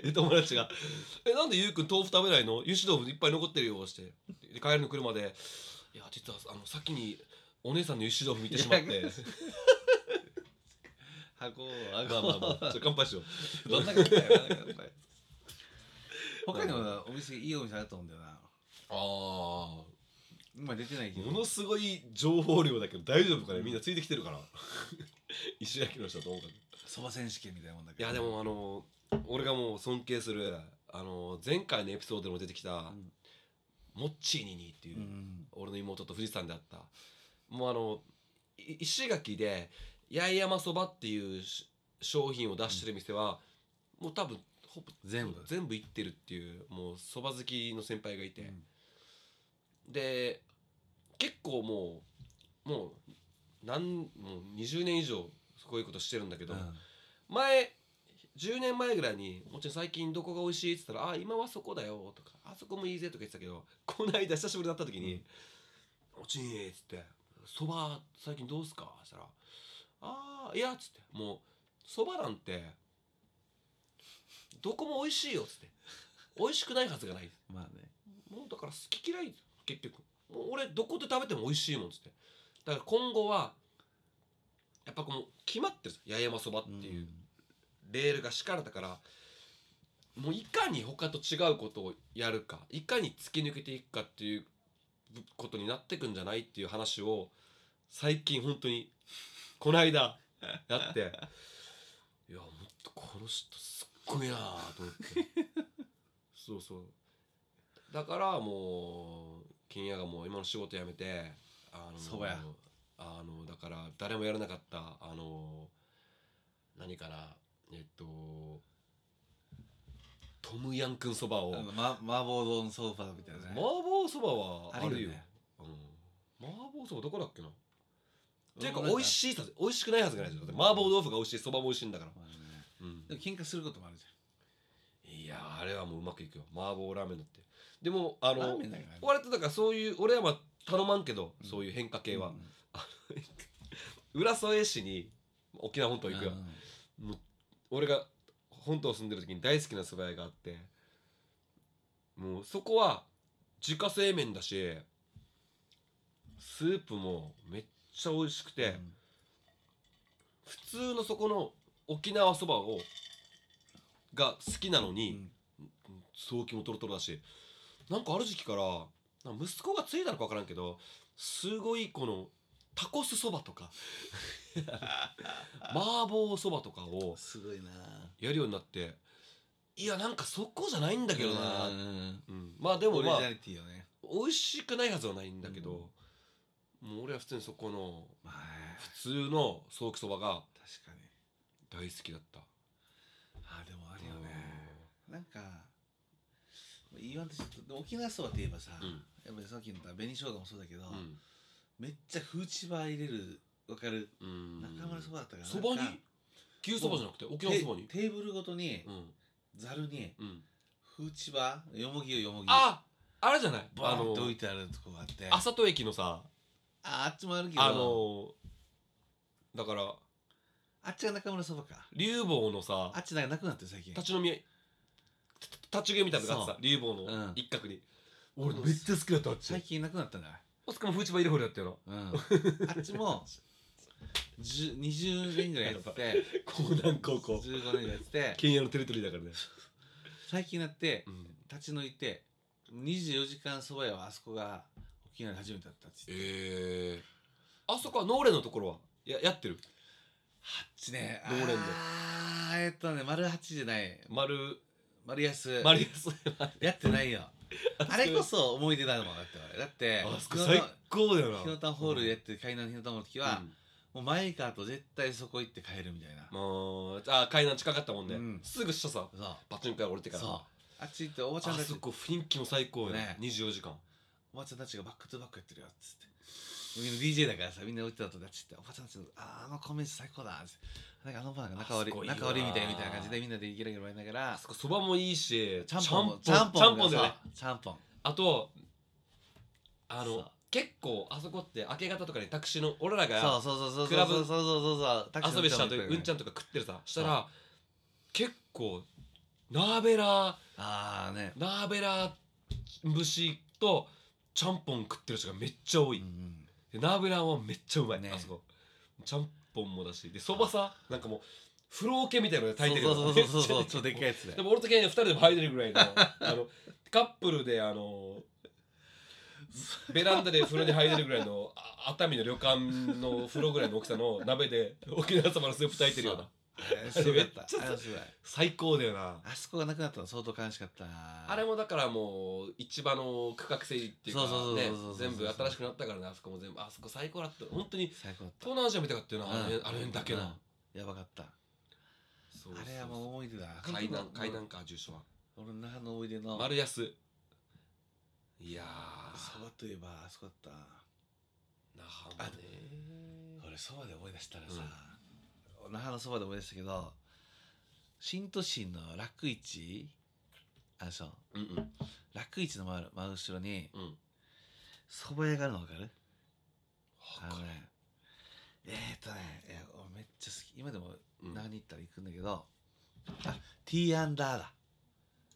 E: てで友達が「えなんでゆうくん豆腐食べないの油脂豆腐いっぱい残ってるよ」してで帰りの車で「いや実はあの先にお姉さんの油脂豆腐見てしまっ
F: い
E: て
F: 箱を
E: まあ
F: 箱
E: まあまあちょっと乾杯しよう
F: どんな感じだよどんな感じだよ他にもなお店いいお店あると思うんだよな
E: あ
F: 今出てないけ
E: ー
F: ど
E: ものすごい情報量だけど大丈夫かねみんなついてきてるから 石焼きの人と音楽
F: そば選手権みたいなもんだ
E: い
F: けど
E: やでもあの俺がもう尊敬するあの前回のエピソードでも出てきた、
F: ん
E: モッチーニニっていう、
F: うん
E: 俺の妹と富士山であったもうあのい石垣で八重山そばっていうし商品を出してる店は、もう多分ほぼ
F: 全部
E: 全部行ってるっていうもうそば好きの先輩がいて、
F: うん
E: で結構もうもうなんもう20年以上こういうことしてるんだけど、
F: うん
E: 前10年前ぐらいに「もちろん最近どこが美味しい?」って言ったら「あ今はそこだよ」とか「あそこもいいぜ」とか言ってたけどこの間久しぶりに会った時に「おちー」っつって「そば最近どうすか?」したら「ああいや」っつって「もうそばなんてどこも美味しいよ」っつって「美味しくないはずがない」
F: まあね
E: もうだから好き嫌い結局もう俺どこで食べても美味しいもんっつってだから今後はやっぱこの決まってるんですよ八重山そばっていう。レールが敷かれたからもういかに他と違うことをやるかいかに突き抜けていくかっていうことになってくんじゃないっていう話を最近本当にこの 間やっていやもっとこの人すっごいなあと思って そうそうだからもう金谷がもう今の仕事辞めてあの
F: そうや
E: あのだから誰もやらなかったあの何かなえっとトムヤンくんそばを
F: あのま麻婆丼ソーファーみたいな
E: 麻
F: ね
E: 婆そばはあるよ
F: あるよね
E: うん、麻婆そばどこだっけなっていうか
F: うん
E: 美味しいさ美味しくないはずがないじゃんだって麻婆豆腐が美味しいそばも美味しいんだから、
F: まあね
E: うん
F: でも喧嘩することもあるじ
E: いやあれはもううまくいくよ麻婆ラーメンだってでもあ
F: ラ
E: の
F: ーメンだからね
E: 割とだからそういう俺はまあ頼まんけど、
F: うん
E: そういう変化
F: ゃん
E: 系は、浦添市に沖縄本島行くよ、
F: うん
E: もう俺が本島住んでる時に大好きな蕎麦屋があってもうそこは自家製麺だしスープもめっちゃ美味しくて、
F: うん
E: 普通のそこの沖縄そばをが好きなの
F: う
E: に、
F: ん
E: 早期もトロトロだしなんかある時期からなんか息子がついたのか分からんけどすごいこのタコスそば とか麻婆そばとかを
F: すごいな
E: やるようになっていやなんかそこじゃないんだ
F: だ
E: けどな、
F: う
E: うん
F: ん
E: まあで
F: で
E: も
F: も
E: まあ
F: オリジナリティよね
E: 美味しくないはずはないんだけど、もう俺は普通にそこの
F: まあ
E: 普通のソーキそばが
F: 確かに
E: 大好きだった
F: あでもあるよねなんか言わんとちょっと沖縄そばといえばさ、
E: うん
F: やっぱりさっきの言った紅生姜もそうだけど、
E: うん
F: めっちゃフーチバー入れるわかる
E: うん
F: 中村そばだったから
E: そばに
F: なんか
E: 牛そばじゃなくて沖縄そばに
F: テーブルごとに
E: うん
F: ざるに
E: うん
F: フーチバーよもぎよよもぎ
E: ああれじゃない
F: バ
E: あ
F: ーン
E: の
F: と置いてあるとこがあって
E: 朝戸駅のさ
F: ああっちもあるけど
E: あのだから
F: あっちが中村そばか
E: 竜坊のさ
F: あっちなんかなくなってる最近
E: 立ち飲みたた立ち食いみたいなのがあってさ竜坊
F: う
E: の
F: ん
E: 一角に、
F: 俺
E: めっちゃ好きだったあっち
F: 最近なくなったんだ
E: あそこもフーチバイレホルやったよ
F: うん、あ っちも10 20年ぐらいやってて
E: な江南 高校
F: 15年ぐらいやってて
E: 県野のテレトリーだからね、
F: 最近になって
E: うん、
F: 立ち退いて24時間そば屋はあそこが沖縄で初めてだったっつって
E: ええあそこはノーレンのところはややってる
F: あっちね
E: どうなんだ
F: あーえっとね丸八じゃない
E: 丸
F: 丸安
E: 丸安
F: やっ てないよあれこそ思い出だもんだって俺だって
E: あそこ最高だよな
F: 日の田ホールやってる海南の日の田の時は、
E: うん
F: もうマイカーと絶対そこ行って帰るみたいな、
E: もうあ海南近かったもんね、
F: うん
E: すぐ下さパチンコ屋降りて
F: そ
E: から
F: うそうあっち行っておばちゃ
E: あ
F: んたち
E: そこ雰囲気も最高やね
F: ね
E: 24時間
F: おばちゃんたちがバックトゥバックやってるよっつってみんな DJ だからさみんな置いてたとだっちっておばちゃんたちの「あーあのコンビニ最高だ」っつってなんかあのバーが仲悪
E: あす
F: い
E: ごいよな
F: 仲悪いみたいみたいな感じでみんなでギラギラ笑いなが
E: あ
F: ら
E: そこそばもいいし
F: ちゃんぽんも
E: ちゃんぽんちゃんぽんだ
F: が
E: よね
F: さちゃんぽん
E: あとあ
F: そ
E: の
F: う
E: 結構あそこって明け方とかにタクシーの俺ら
F: そ
E: が
F: うそうそうそう
E: ク
F: そ
E: ラ
F: う
E: ブ
F: そうそうそうタクシ
E: 遊
F: ーの
E: び
F: 人
E: した後
F: もい
E: に
F: っぱいいる
E: うんちゃんとか食ってるさしたら結構ナーベラ
F: ああね
E: ナーベラ節とちゃんぽん食ってる人がめっちゃ多
F: う
E: い
F: ん、うん
E: でナーベラはめっちゃうまい、
F: ね
E: あそこちゃんぽんもだしでそばさなんかもう風呂桶みたいなので炊いてる
F: そうそうそうそうそう
E: めっ
F: ち
E: ち
F: ょ
E: ゃ
F: っとでっかいやつで
E: でも俺とケンヤ二人でも入れるぐらいのあのカップルであのベランダで風呂に入れるぐらいのあ熱海の旅館の風呂ぐらいの大きさの鍋で沖縄そばのスープ炊いてるような
F: あれすごかった
E: ちょっと
F: あれすごい
E: 最高だよな
F: あそこがなくなったの相当悲しかったな
E: あれもだからもう市場の区画整理っていうか
F: そうそうそう
E: ね
F: そうそうそう
E: 全部新しくなったからねあそこも全部あそこ最高だった本当に
F: 最高だった
E: 東南アジアみたかったよな、あの
F: うん
E: 辺あの辺だけな、
F: うんやばかった
E: そうそう
F: あれはもう思い出だ
E: 海南海南か住所は
F: 俺の中の思い出の
E: 丸安いや
F: そばといえばあそこだった
E: ー那覇もね
F: 俺そばで思い出したらさ、那覇のそばで思い出したけど新都心の楽市あそう
E: うんうん
F: 楽市の真真後ろに
E: うん
F: そば屋があるの分かるあ
E: わ
F: の
E: かる
F: ねえー、っとねいや俺めっちゃ好き今でも
E: うん
F: 何行ったら行くんだけど、あティーアンダーだ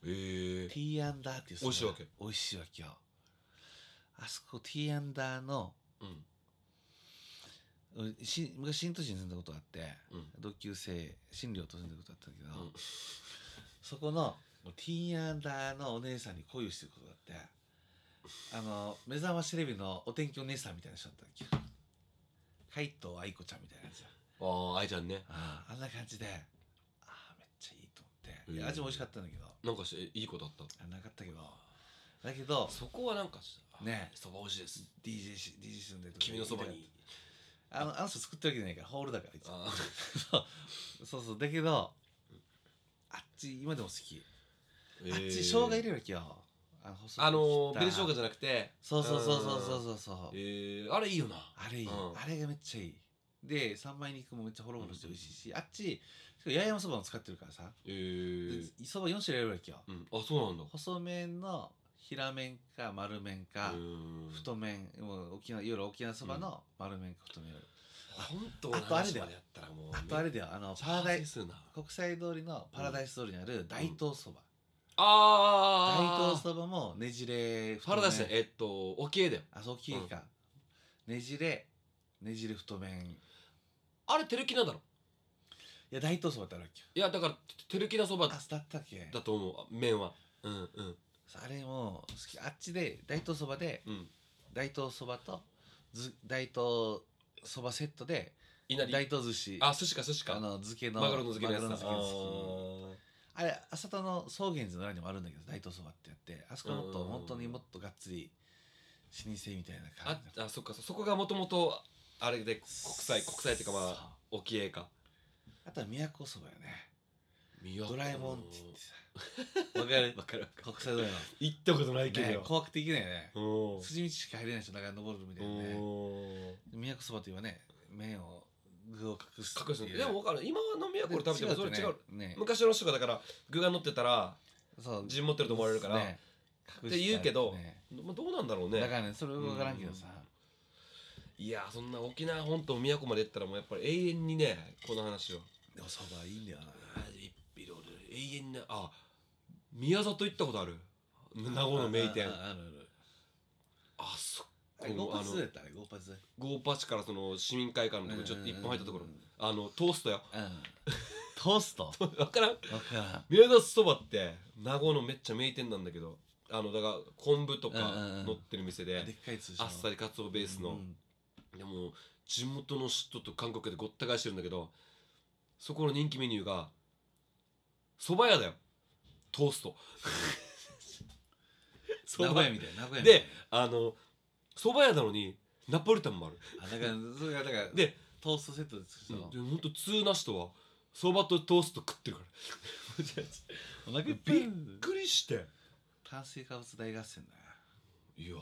E: えー
F: ティーアンダーっていう
E: 美味しいわけ
F: 美味しいわけよあそこティーアンダーの
E: うん
F: うんし昔新都市に住んだことがあって、
E: うん
F: 同級生新寮と住んだことあったけ
E: う
F: ど、
E: ん
F: そこのティーンアンダーのお姉さんに恋をしてることがあってあの目覚ましテレビのお天気お姉さんみたいな人だったっけ海藤愛子ちゃんみたいなやつ
E: ああ愛ちゃんね
F: ああんな感じでああめっちゃいいと思って、いや
E: うん
F: 味も美味しかったんだけ
E: な
F: ど
E: んかしていいことあった
F: あなかったけどだけど
E: そこはなんか
F: ね
E: そば美味しいです
F: DJ, し DJ 住んでるとこ
E: 君のそばに
F: あのあの人作ってるわけじゃないからホールだから一
E: あ
F: 応 そうそうだけどあっち今でも好き、
E: ー
F: あっ
E: えー
F: ち生姜入れるわけよあの細く
E: あのーベルショ
F: 切
E: ウガ
F: った
E: じゃなくて
F: そうそうそうそうそう
E: う
F: そうそ
E: ん
F: う
E: えーあれいいよな
F: あれいい、
E: うん
F: あれがめっちゃいいで三枚肉もめっちゃホロホロして美味しいし、あっち八重山そばも使ってるからさ
E: え
F: で
E: ー
F: そば4種類あるわけよ
E: うんあそうなんだ
F: 細麺の平麺か丸麺か、
E: うーん
F: 太麺もう沖縄夜沖縄そばの丸麺か太麺、
E: 本当
F: あとあれだよ
E: までやったらもう
F: あとあれだよあのパラダイス
E: スな
F: 国際通りのパラダイス通りにある大東そば、大
E: あ
F: 東
E: あ
F: そばもねじれ太
E: パ
F: 麺
E: ラダイスねえっと沖江だよ
F: あそうきか、ねじれねじれ太麺い
E: あれテルキナだろ
F: や大東そばってあるわけよ
E: いやだからテルキナそば
F: あだったっけ
E: だと思うあ麺はうんうん
F: あれも好きあっちで大東そばで
E: うん
F: 大東そばとず大東そばセットで
E: いなり
F: 大東寿司
E: あ寿司か寿司
F: あ
E: か
F: の漬けの
E: マグロの漬けのやつだ
F: マグロの漬けの好き
E: あ
F: あれ浅田の草原寺の裏にもあるんだけど大東そばってやってあそこはもっと
E: うん
F: 本当にもっとがっつり老舗みたいな
E: ー
F: 感じ
E: ああそっかそこがもともとあれで国際国際っていうかまあ
F: あ
E: 沖江か
F: あとは宮古そばよねドラえもんって言ってさ わかる
E: わかるわかる
F: 国際ドラえ
E: 行ったことないけど
F: もんね
E: よ
F: 怖くていけないよね
E: うん
F: 筋道しか入れない人だから登るみたいなね
E: うん
F: 宮古そばといえばね麺を具を隠す
E: 隠すのでも分かる今の宮古で食べてもそれ違う
F: ねね
E: 昔の人がだから具が乗ってたら
F: そう
E: 陣持ってると思われるから、
F: ね
E: っ
F: 隠した
E: て言うけど
F: ね
E: まあどうなんだろうね
F: だからねそれ分からんけどさ
E: いやそんな沖縄本島宮古まで行ったらもうやっぱり永遠にねこの話は
F: でもそばいいんだよな
E: 一匹どうで永遠にあ宮里行ったことある名護の名店あ
F: あああある
E: そ
F: あ
E: こ
F: るゴー
E: の
F: パ
E: あ
F: ス
E: の
F: だったねゴーパスうん
E: 合パチからその市民会館のとこちょっと一本入ったところ
F: うんうんうん
E: あのトース トや
F: トースト
E: 分からん
F: わからん
E: 宮里そばって名護のめっちゃ名店なんだけどあのだから昆布とか
F: うんうんうん
E: 乗ってる店で
F: でっかいやつでしょ
E: あっさりかつおベース
F: う
E: の
F: ん
E: でも地元の人と韓国でごった返してるんだけどそこの人気メニューがそば屋だよトースト蕎麦
F: 名古屋みたいな名古屋みたい
E: であのそば屋なのにナポリタンもある
F: なあだからそれがだから
E: で
F: トーストセットで作
E: で
F: る
E: ほんと通な人はそばとトースト食ってるから
F: お腹いっぱい
E: びっくりして
F: 炭水化物大合戦だ
E: いやー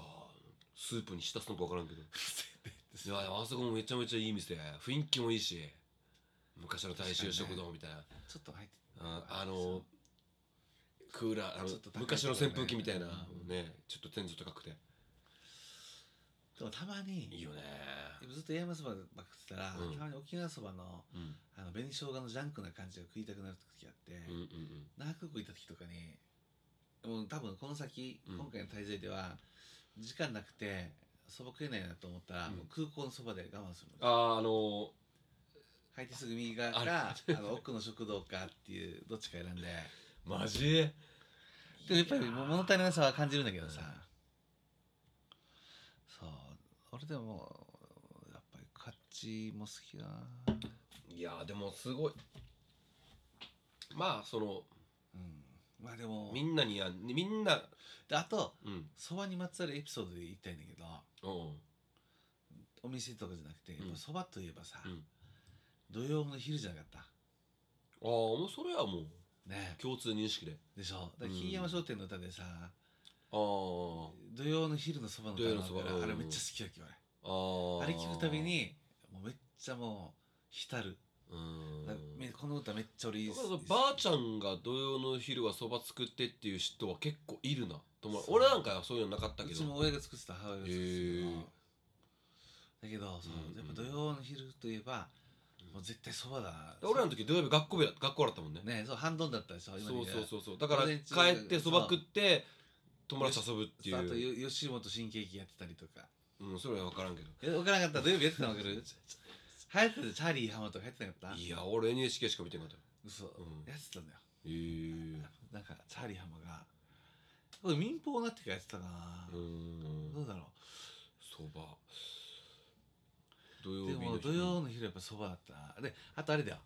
E: スープに浸すのか分からんけどい
F: な
E: やあそこもめちゃめちゃいい店雰囲気もいいし昔の大衆食堂みたいな、
F: ちょっと入って
E: ああのクーラーあの、
F: ちょっと高い
E: 昔の扇風機みたいな、
F: ところ
E: ねちょっと天井高くて
F: でもたま
E: い
F: に
E: いよね
F: ずっと八重山そばばっか食ってたら、
E: うん
F: たまに沖縄そばの
E: うん
F: あの紅生姜のジャンクな感じが食いたくなる時があって、
E: うんうん
F: 那覇空港行った時とかにもう多分この先、
E: うん
F: 今回の滞在では時間なくてそば食えないなと思ったら、
E: うん
F: もう空港のそばで我慢する
E: あー
F: の
E: あの
F: 入ってすぐ右側か
E: あ
F: あの奥の食堂かっていうどっちか選んで
E: ーマジ
F: でもやっぱりもう物足りなさは感じるんだけどさ、そう俺でもやっぱりカッチも好きだな、
E: いやーでもすごいまあその
F: うん、まあでも
E: みんなにやみんな
F: であと
E: うん
F: そばにまつわるエピソードで言いたいんだけど
E: おう
F: お店とかじゃなくて
E: うん
F: そば、蕎麦といえばさ、
E: うん
F: 土曜の昼じゃなかった
E: ああもうそれはもう
F: ね
E: 共通認識で
F: でしょだから
E: うん
F: 金山商店の歌でさ、
E: あー
F: 土曜の昼のそばの歌がある
E: 土曜の
F: か
E: そばう
F: ら
E: ん
F: あれめっちゃ好きだっけ
E: あー
F: 俺あれ聞くたびにもうめっちゃもう浸る、
E: うん
F: なんかめこの歌めっちゃ俺いい
E: だ
F: っす
E: からばあちゃんが土曜の昼はそば作ってっていう人は結構いるなと思う
F: そう
E: 俺なんかはそういうのなかった
F: う
E: け
F: ちも
E: ど
F: 親が作ってた母親が作って
E: へ
F: た
E: え
F: けどだけどそう、
E: うん
F: やっぱ土曜の昼といえばもう絶対そばだ
E: 俺らの時土曜日学校部だ学校だったもんね
F: ねそう半ドンだったでしょ
E: そう
F: 今で言
E: そうそうそうだから
F: 午前中
E: 帰ってそば食って友達と遊ぶって
F: あと
E: いう
F: よ吉本新喜劇やってたりとか
E: うんそれは分からんけど
F: え、分からなかった土曜日やってたの分かる流行ってたよチャーリー浜とかやってなかった
E: いや俺 NHK しか見てなかった
F: 嘘、
E: うん
F: やってたんだよ
E: へえ
F: なんかチャーリー浜がこれ民放になってからやってたかな、
E: うー
F: ど
E: ん
F: うだろ
E: そば土
F: う
E: 曜
F: で
E: 日
F: も
E: の
F: 土曜の昼やっぱそばだったなであとあれだよ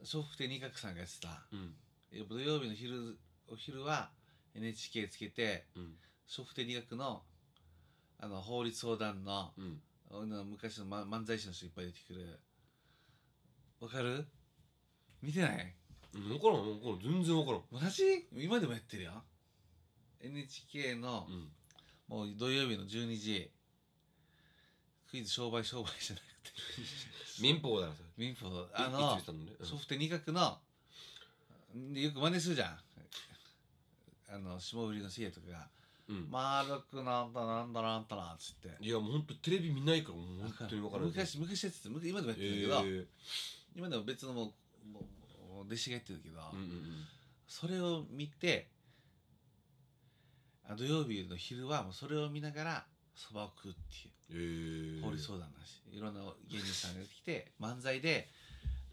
F: 笑福亭仁鶴さんがやってた
E: うん
F: やっぱ土曜日の昼お昼は NHK つけて
E: うん
F: 笑福亭仁鶴のあの法律相談の
E: うん
F: あの昔の、ま、漫才師の人いっぱい出てくるわかる見てない
E: うん分からん分からん全然分からん
F: マジ今でもやってるよ NHK の
E: うん
F: もう土曜日の12時クイズ商売商売じゃなくて
E: 民放だなそれ
F: 民放あ
E: いいつ
F: の
E: 見てたのねうん
F: ソフト二角のでよく真似するじゃんあの霜降りのせいやとかが
E: うん
F: 「丸くなんだなんだなんだな」っつって
E: いやもうほんとテレビ見ないからもう本当に分からない
F: 昔昔やってた昔今でもやってるんだけど、
E: え
F: 今でも別のもうもうもう弟子がやってるけど、
E: ーうんうん
F: それを見てあ土曜日の昼はもうそれを見ながらそばを食うって
E: うんえー
F: いう法律相談だし、いろんな芸人さんが来て漫才で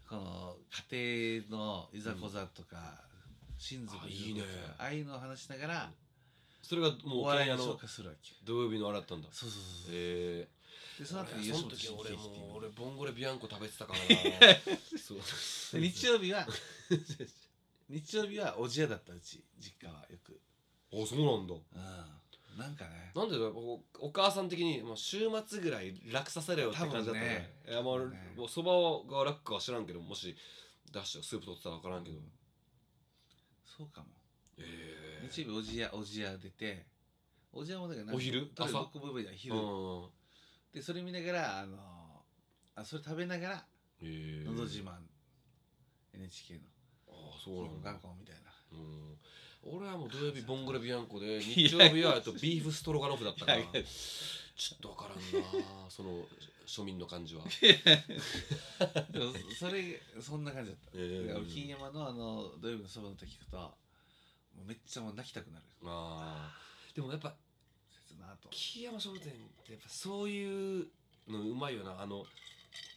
F: この家庭のいざこざとか、親族
E: あ
F: の
E: いいね
F: ざこざとかああいうのを話しながら
E: それがもう
F: お
E: 沖縄
F: 笑いを
E: の
F: 紹介するわけよ
E: 土曜日のあれだったんだ
F: そうそうそうそう
E: え
F: で
E: ー
F: その後に
E: 俺
F: 吉
E: その
F: 本
E: 時
F: 新喜
E: 俺
F: 劇っていう
E: も
F: の
E: う俺ボンゴレビアンコ食べてた からなそう
F: で日曜日 は日曜日はおじやだったうち実家はよく
E: あそうなんだ
F: うんなんかね
E: なんでだろうおお母さん的にもう週末ぐらい楽させろよって感じだった
F: 多分ね
E: ねいやまあ
F: 多分ね
E: もうそばが楽かは知らんけどもし出してスープ取ってたら分からんけど
F: そうかも
E: ええ
F: 日曜日おじやおじや出ておじやもだから
E: お昼
F: 朝
E: 朝
F: 僕も覚えてない昼
E: うん
F: でそれ見ながらあのあそれ食べながら「
E: ええ
F: のど自慢」NHK の
E: ああそうなんだ
F: 学校みたいな
E: うん俺はもう土曜日ボンゴレビアンコで日曜日はえっとビーフストロガノフだったから
F: いやいや
E: ちょっとわからんなその庶民の 感じは
F: でもそれそんな感じだった、
E: えー
F: だから金山のあの土曜日のそばの歌聞くともうめっちゃもう泣きたくなる
E: あーでもやっぱ
F: 切なと
E: 木山商店ってやっぱそういうのうまいよなあの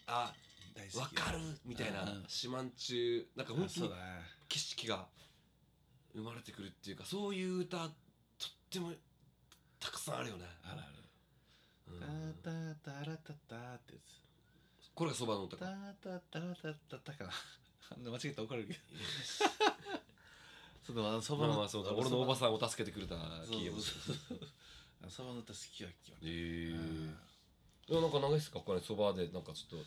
E: あ
F: 大好き
E: わかるみたいな
F: うん
E: 島んちゅうなんか本
F: あ
E: 当
F: そう
E: に
F: だね
E: 景色が生まれてくるっていうかそういう歌とってもたくさんあるよね、
F: あるある
E: うん
F: タタタラタタってやつ
E: これがそばの歌
F: タ
E: か
F: タタラタタタかなあんな間 違えたら怒られるけどそのあのそ
E: ま
F: ば
E: あ
F: の
E: まあそうだ俺のおば
F: ん
E: さんを助けてくれた木山商店
F: そうそうそうあのそばの歌好きやっけ
E: えー
F: 俺うん
E: いやなんか長いっすかこれそばでなんかちょっ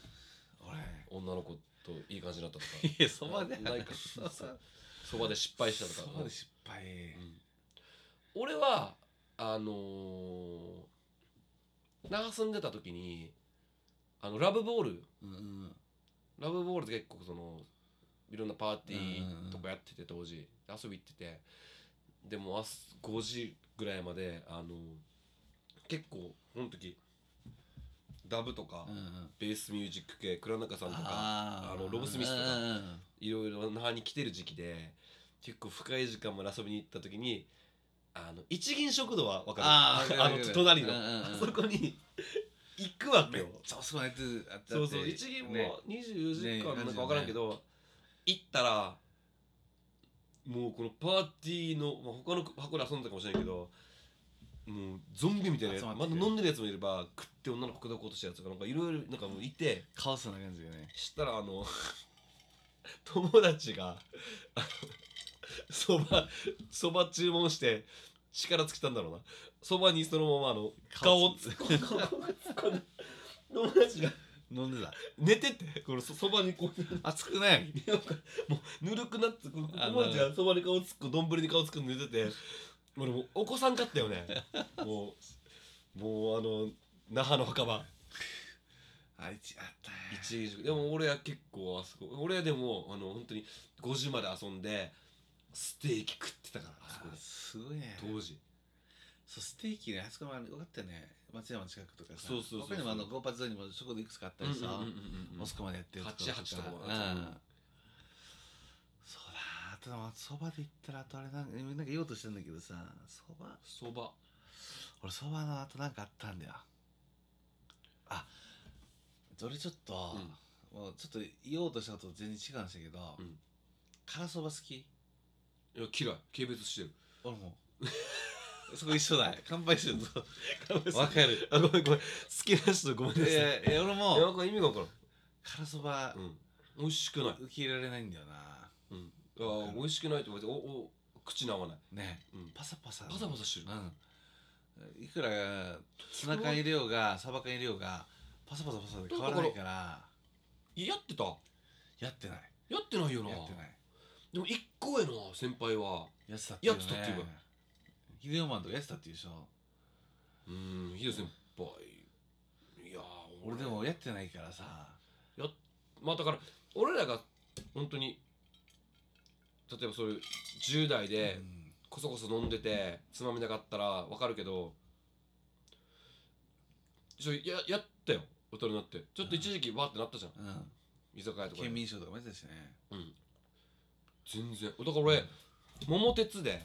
F: 俺
E: と女の子といい感じになった とか
F: いやそばで
E: ないか
F: そ うそう
E: そばで失敗したとか
F: そばで失敗
E: うん俺はあのー、長住んでた時にあのラブボール
F: うんうん
E: ラブボールって結構そのいろんなパーティーとかやってて当時遊び行っててでも朝5時ぐらいまであの結構この時ダブとか、
F: うんうん
E: ベースミュージック系倉中さんとか
F: あ
E: あのロブスミスとか
F: うんうん
E: いろいろ那覇に来てる時期で結構深い時間まで遊びに行った時にあの一銀食堂は分かる
F: あーわ
E: あ
F: かるわかる
E: の隣の
F: うんうんうん
E: あそこに行くわけ
F: めっ
E: よ
F: ちゃ遅くなってあって
E: そうそう一銀
F: ね
E: も24時間なん
F: ね
E: か分からんけど、行ったらもうこのパーティーの、まあ、他の箱で遊んでたかもしれないけどもうゾンビみたいなやつ
F: 集ま
E: ま
F: っ
E: だ
F: てる
E: 飲んでるやつもいれば食って女の子口説こうとしたやつとかなんかいろいろなんかもういて。
F: カオスな感じよね
E: したらあの 友達が あのそばそば注文して力尽きたんだろうなそばにそのままあの顔
F: 顔
E: を突っ込ん顔を突っ込んで 友達が
F: 飲んでた
E: 寝ててこのそそばにこう
F: 熱くない
E: もうぬるくなってこ
F: あ
E: 友達がそばに顔を突っ込ん丼に顔を突っ込んで寝てて俺もうお子さんかったよ ねもうもうあの那覇の墓場
F: あいちあった
E: 一時食でも俺は結構あそこ俺はでもあの本当に5時まで遊んでステーキ食ってたからあそこ
F: あ
E: です
F: ごいね
E: 当時
F: そうステーキねあそこもあれよかったよね松山の近くとかさ
E: そうそうそうそう
F: 他にもあのゴーパツにもそこでいくつかあったりさモスコまでやってるとこ
E: 88とか
F: うん
E: も
F: そうだあとまあそばで言ったらあとあれなんかなんか言おうとしてんだけどさそば
E: そば
F: 俺そばの後なんかあったんだよあ俺ちょっと、もうちょっと言おうとしたことと全然違うんですけど、
E: うん
F: 辛そば好き
E: いや嫌い軽蔑してる
F: 俺もそこ一 緒だ乾杯しようとわ
E: わ
F: かる
E: あごめんごめん好きな人ごめん
F: い
E: なさいいや
F: やいや
E: な
F: 俺も
E: んか意味が分か
F: 辛そば
E: らん、うん、美味しくない、
F: 受け入れられないんだよな
E: うん、ああ美味しくないって言われておお口に合わない、
F: ね
E: うん、
F: パサパサ
E: パサパサしてる
F: うんいくらツナ缶入れようがサバ缶入れようがパサパサパサで変わらないから
E: いややってたや
F: やってない
E: ってないよな
F: やってない
E: でも一個やな先輩は
F: やってたっていうよね
E: やってたっていうか
F: ヒデオマンとかやってたっていうでしょ
E: うんヒデ先輩いやー
F: 俺でもやってないからさ
E: まあだから俺らが本当に例えばそういう10代で
F: うん
E: こそこそ飲んでてつまみなかったらわかるけどちょややったよ大人になってちょっと一時期わーってなったじゃん
F: うん
E: 居酒屋とかで
F: 県民賞とかもやってたしね
E: うん全然だから俺桃鉄で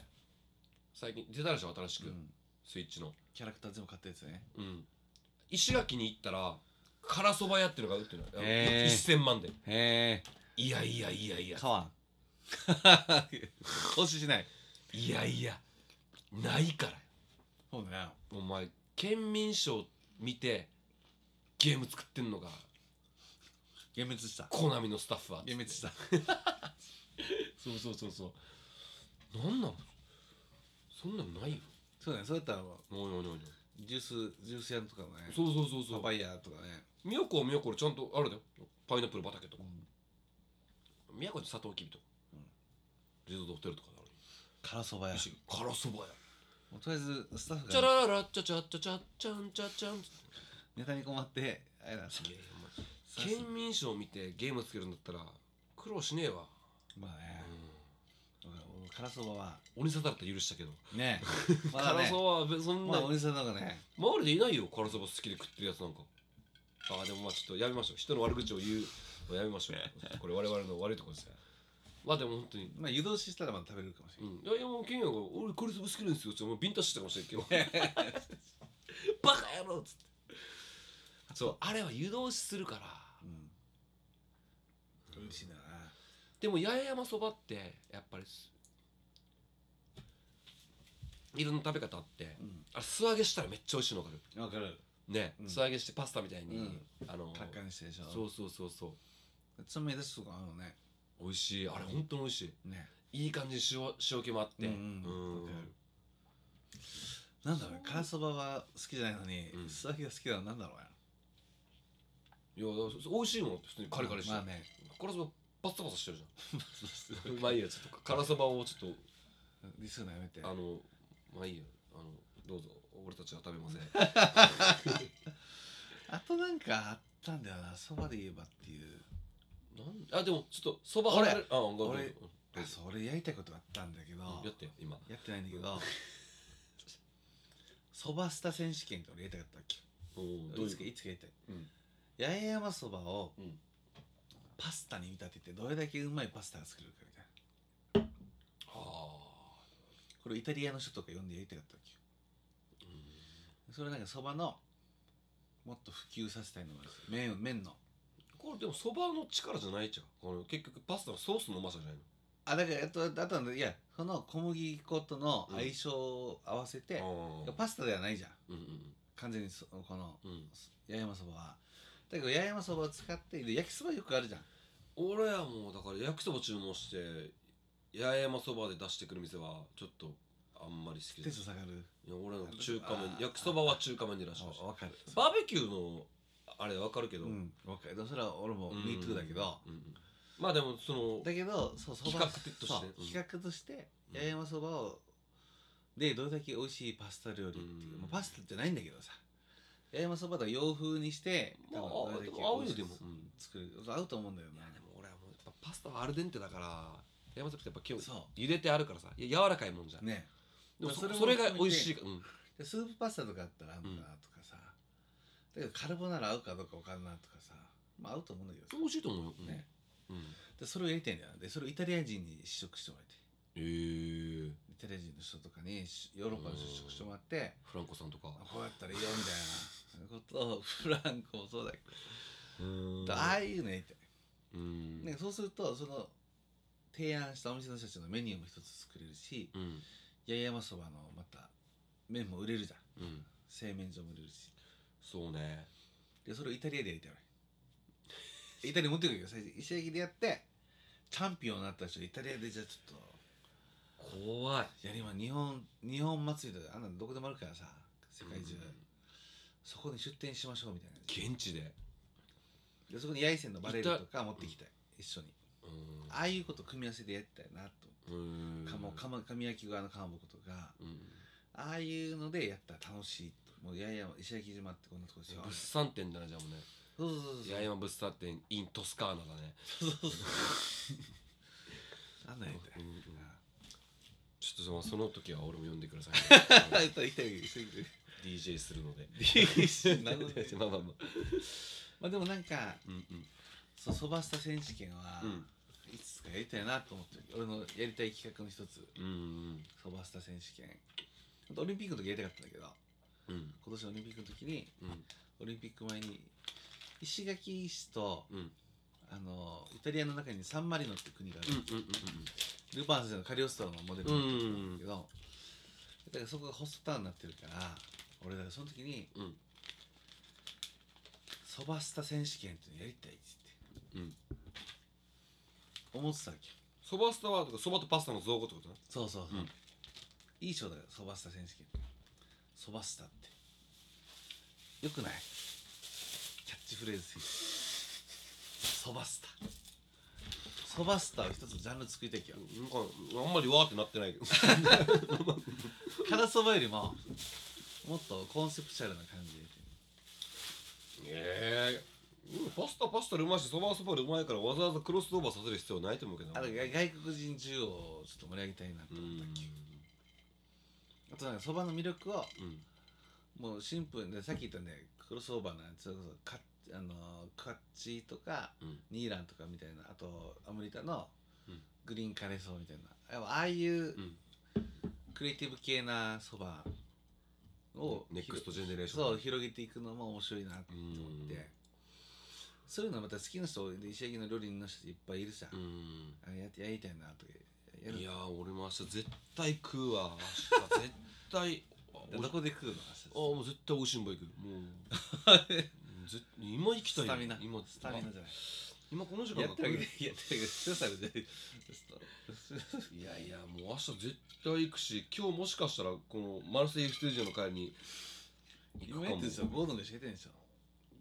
E: 最近出たでしょ新しく、
F: うん
E: スイッチの
F: キャラクター全部買ったやつね
E: うん石垣に行ったら辛そば屋っていうのが売ってるの、
F: へー
E: 1000万で
F: へ
E: いやいやいやい
F: え
E: や
F: 買わん 投資しない
E: いやいやないから
F: そうだよ
E: お前県民賞見てゲーム作ってんのが
F: 幻滅した
E: コナミのスタッフは
F: 幻滅した
E: そうそうそうそうなんなのそんなんないよ
F: そうだねそうやったらも
E: ないないないないう
F: ジュースジュース屋とかもね
E: そうそうそうそ
F: パ
E: う
F: パイヤとかね
E: みよこはみよこでちゃんとあるだよパイナップル畑とか
F: ん
E: みやこにサトウキビとかリゾートホテルとかある
F: 辛そば屋
E: よし辛そばや
F: もうとりあえずスタッフ
E: チャ
F: が
E: ララチャチャチャチャチャンチャチャン
F: ネタに困ってあれなんです
E: いやいやお前県民賞見てゲームつけるんだったら苦労しねえわ
F: まあね、俺も辛そばは
E: 鬼さんだったら許したけど
F: ねまだ
E: 辛
F: ね
E: そばは別にそん
F: ま
E: な
F: あお兄さんの方がね
E: 周りでいないよ辛そば好きで食ってるやつなんかああでもまあちょっとやめましょう人の悪口を言うのやめましょうこれ我々の悪いところですまあでも本当に
F: まあ湯通ししたらまだ食べれるかもし
E: う
F: れない、
E: ん、いやいやもうケンヤが「俺これ粒好きなんですよ」ってもうビンタしてたかもしれんけど 「バカ野郎」っつってそうあれは湯通しするから
F: うん美味しいんだよな
E: でも八重山そばってやっぱりすいろんな食べ方あって、
F: うん
E: あれ素揚げしたらめっちゃ美味しいの分かる
F: わかる
E: ね、
F: うん
E: 素揚げしてパスタみたいに、
F: うん
E: あの
F: カッカにしてでしょ
E: そうそうそうそう
F: つまみ出すとこあるのね
E: 美味しいあれ本当に美味し
F: ね
E: いいい感じに塩塩気もあって
F: うんう
E: う
F: んわか
E: ん
F: るなんだろうね辛そばは好きじゃないのに
E: うん
F: 素揚げが好きなのなんだろうね
E: いやだからそ美味しいもん普通にカリカリして、
F: まあね
E: 辛そばパサパサしてるじ ゃんまあいいやちょっと辛そばをちょっ
F: ディスるのやめて
E: とあのまあいいやあのどうぞ俺たちは食べません
F: あとなんかあったんだよなそばで言えばっていう
E: なんあでもちょっとそば
F: 俺
E: 離れあごめんごめん
F: 俺
E: ど
F: あ
E: うぞ
F: そう俺やりたいことあったんだけど
E: やってよ今
F: やってないんだけど そばスタ選手権って俺やりたかったっけ
E: おー
F: いつかいつかやりたい、
E: うん
F: 八重山そばを
E: うん
F: パスタに見立ててどれだけうまいパスタが作れるかみたいな
E: あ
F: これイタリアの人とか呼んでやりたかったわけよ、それなんかそばのもっと普及させたいのがあるんですよ麺を麺の
E: ーこれでもそばの力じゃないじゃんこの結局パスタのソースのうまさじゃないの
F: あだからあとあとはいやその小麦粉との相性を合わせて、
E: あー
F: パスタではないじゃん
E: うんうん
F: 完全にそこの
E: うんうん
F: 八重山そばはだけど八重山そばを使ってで焼きそばよくあるじゃん
E: 俺はもうだから焼きそば注文して八重山そばで出してくる店はちょっとあんまり好きじ
F: テ
E: ゃ
F: ン
E: ない
F: ション下がる
E: いや俺の中華
F: あ
E: 麺
F: ー
E: 焼きそばは中華麺でいらっしゃいました
F: わかる
E: バーベキューのあれわかるけど、
F: うんわかるそれは俺も MeToo だけど、
E: うんうんまあでもその
F: だけどそうそば
E: 企画として
F: そう
E: うん
F: 企画として
E: うん
F: 八重山そばをでどれだけ美味しいパスタ料理っていう、
E: うん
F: まあ、パスタじゃないんだけどさ八重山そばだから洋風にして
E: まあ
F: 多分どれだけ美味しく
E: でも合うよでもうん
F: 作る合うと思うんだよ
E: い
F: ね
E: やでも俺はもうやっぱパスタはアルデンテだから山崎ってやっぱ今日
F: そ
E: 茹でてあるからさいや柔らかいもんじゃん、
F: ね
E: でも
F: まあ
E: そそ
F: それ
E: れが
F: も
E: 美味しいかうん
F: でスープパスタとかあったら合うのかなとかさ、だけどカルボナーラ合うかどうか分かんないとかさまあ合うと思うんだけどさ
E: 美味しいと思うよ、うん
F: ね
E: うん、
F: でそれをやりたいんだよでそれをイタリア人に試食してもらいたい
E: えー、
F: イタリア人の人とかにしヨーロッパの人に試食してもらって
E: フランコさんとか
F: あこうやったらいいよみたいな ことをフランコもそうだけ
E: うーん
F: どああいうのやりたい
E: うん
F: なんかそうするとその提案したお店の人たちのメニューも一つ作れるし
E: うん
F: 八重山そばのまた麺も売れるじゃん
E: うん
F: 製麺所も売れるし
E: そうね
F: でそれをイタリアでやりたい俺イタリア持ってくるよ最初石焼きでやってチャンピオンになった人イタリアでじゃあちょっ
E: 怖い
F: とやりま日本日本祭りとかあんなのどこでもあるからさ世界中、
E: うん
F: そこに出店しましょうみたいな
E: 現地で
F: でそこに八重線のバレルとか持ってきたい一緒に
E: うん
F: ああいうこと組み合わせでやりたいなと
E: うーん
F: かもかま紙焼き側のかまぼことか
E: うん
F: ああいうのでやったら楽しいともうやや石焼島ってこんなとこですよ
E: 物産展だねじゃあもうね
F: そうそうそう
E: 八
F: そう
E: 重山物産展 in トスカーナだね
F: なんだよみたい
E: うんうん
F: なあ
E: ちょっとその時は俺も呼んでください、
F: あ痛い痛い痛い痛い
E: DJ するので
F: なるほどね
E: まあまあまあ
F: まあでもなんか
E: うんうん
F: そうそばスタ選手権は、
E: うん
F: いつかやりたいなと思ってる俺のやりたい企画の一つ
E: うん
F: そばスタ選手権ほんとオリンピックの時やりたかったんだけど
E: うんうん
F: 今年のオリンピックの時に
E: うん
F: オリンピック前に石垣市と
E: うんうん
F: あのイタリアの中にサンマリノって国がある、
E: う
F: ルパン先生のカリオストロのモデル
E: んうんうんう
F: なんだ
E: ん
F: けど、だからそこがホストタウンになってるから俺だからその時に
E: うん
F: そばスタ選手権っていうのやりたいっつって
E: うん
F: 思ってたわけよ
E: そばスタはとかそばとパスタの造語ってことね
F: そうそうそう、
E: うん
F: いい賞だよそばスタ選手権そばスタってよくないキャッチフレーズそばスタそばスタを一つジャンル作りたいけど
E: なんかあんまりわーってなってないけど
F: 辛そばよりももっとコンセプチュアルな感じで
E: ええうんパスタパスタでうまいしそばはそばでうまいからわざわざクロスオーバーさせる必要ないと思うけど
F: あ
E: な
F: と外外国人需要をちょっと盛り上げたいなと
E: う
F: 思ったっ
E: ん
F: けあとなんかそばの魅力を
E: うん
F: もうシンプルでさっき言ったねクロスオーバーなそれこそカッあのーカッチとか
E: うん
F: ニーランとかみたいなあとアメリカの
E: うん
F: グリーンカレーソーみたいなやっぱああいう
E: うん
F: クリエイティブ系なそばを
E: ネクストジェネレーション
F: そう広げていくのも面白いなって思っ
E: うん
F: てそういうのまた好きな人で石焼きの料理人の人いっぱいいるじゃん
E: うん
F: あややりたいなとかやる
E: いやー俺も明日絶対食うわ明日絶対あ俺
F: どこで食うの
E: あーもう絶対美味しいんば行くもう うんぜ今行きたいよ
F: スタミナ
E: 今
F: スタミナじゃない
E: 今この時間
F: や
E: が
F: ってるわけでやってるわけで強さでちょっ
E: いやいやもう明日絶対行くし今日もしかしたらこのマルセイユスタジオの会に
F: と
E: 行く
F: 今
E: か
F: やっ
E: も
F: てるでしょゴードンが教えてるんでしょ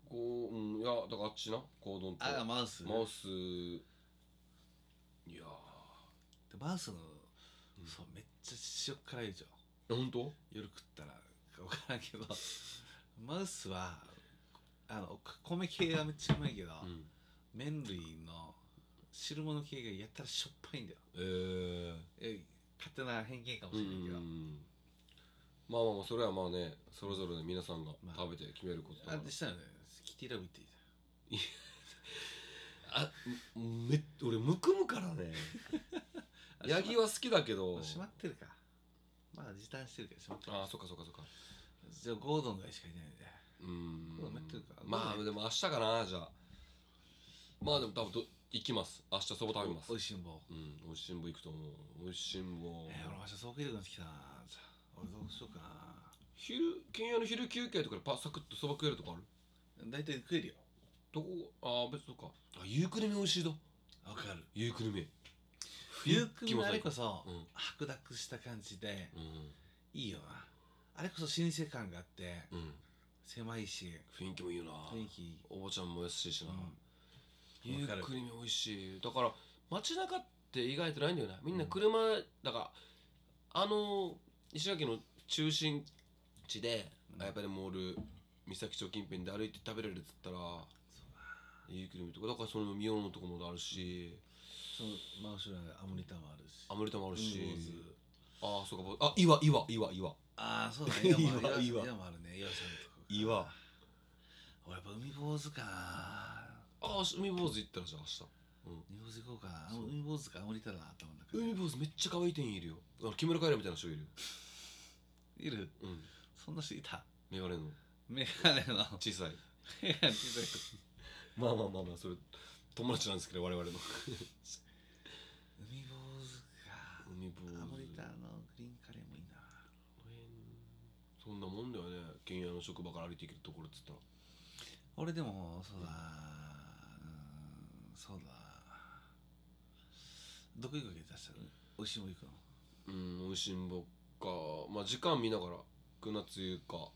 E: こう、うん、いやだからあっちなコードンと
F: あマウス
E: マウ
F: ス
E: スいや
F: マウスのそうめっちゃ塩辛いでしょ
E: ー本当
F: 夜食ったら分からんけどマウスはあの米系はめっちゃうまいけど、
E: うん
F: 麺類の汁物系がやったらしょっぱいんだよ
E: えー、
F: え勝手な偏見かも
E: う
F: し
E: ん
F: れないけど、
E: まあまあまあそれはまあねそれぞれね皆さんが
F: まあ
E: 食べて決めることだから
F: あでしたらねキティラブ行っていい
E: あめ俺むくむから ね
F: じゃ
E: ヤ
F: ん
E: ギは好きだけど
F: あ閉まってるかまだ時短してるけど閉まってる
E: ああそっかそっかそっか
F: じゃあゴードンがしかいないんで
E: うーん
F: どうなってるか
E: ま
F: ど
E: あ
F: う
E: でも明日かなじゃあまあでも多分ど行きます明日そば食べます
F: おいしんぼ
E: うん美味しんぼ行くと思う美味しんぼ
F: えー、俺明日そう食いたくなってきたなじゃあ俺どうしようか
E: 昼金曜の昼休憩とかでパサクッとそば食えるとかある
F: な大体食えるよ
E: どこああ別とかあ夕暮れ目美味しいだ
F: わかる
E: 夕暮れ目
F: 冬組のあれこそ、
E: うん
F: 白濁した感じで
E: うん
F: いいよなあれこそ老舗感があって
E: うん
F: 狭いし
E: 雰囲気もいいよな
F: 雰囲気
E: おばちゃんも優しいしな、
F: うん
E: ゆっ
F: わかる
E: くりめ美味しいだから街中って意外とないんだよねみんな車、だからあの石垣の中心地で、
F: うん
E: やっぱりモール三崎町近辺で歩いて食べれるっつったらゆっくりめとかだからそのミオのとこもあるし
F: その真後ろにアムリタもあるし
E: アメリカもあるし、
F: うん坊主
E: ああそうかぼあ岩岩岩岩
F: ああそうだね岩もある
E: 岩
F: 岩もあるね岩さんのとこ
E: 岩
F: 俺やっぱ海坊主かな
E: ああ海坊主行ったらじゃあ明日、
F: 海坊主行こうかな
E: そう
F: 海坊主かアムリタだな頭の中
E: うん、
F: で
E: 海坊主めっちゃ可愛い店員いるよあの木村カエラみたいな人いるよ、
F: いる
E: うん、
F: そんな人いた
E: メガネの
F: メガネの
E: 小さい
F: メガネ小さい
E: まあまあまあまあそれ友達なんですけど我々の
F: 海坊主
E: 海坊
F: かアム
E: 主
F: リタのグリーンカレーもいいな
E: そんなもんだよね県屋の職場から歩いていけるところっつったら
F: 俺でもそうだうんそうだどこ行くわけ出したらおいしいもん行くの
E: うん美味しんぼかまあ時間見ながらくなつゆか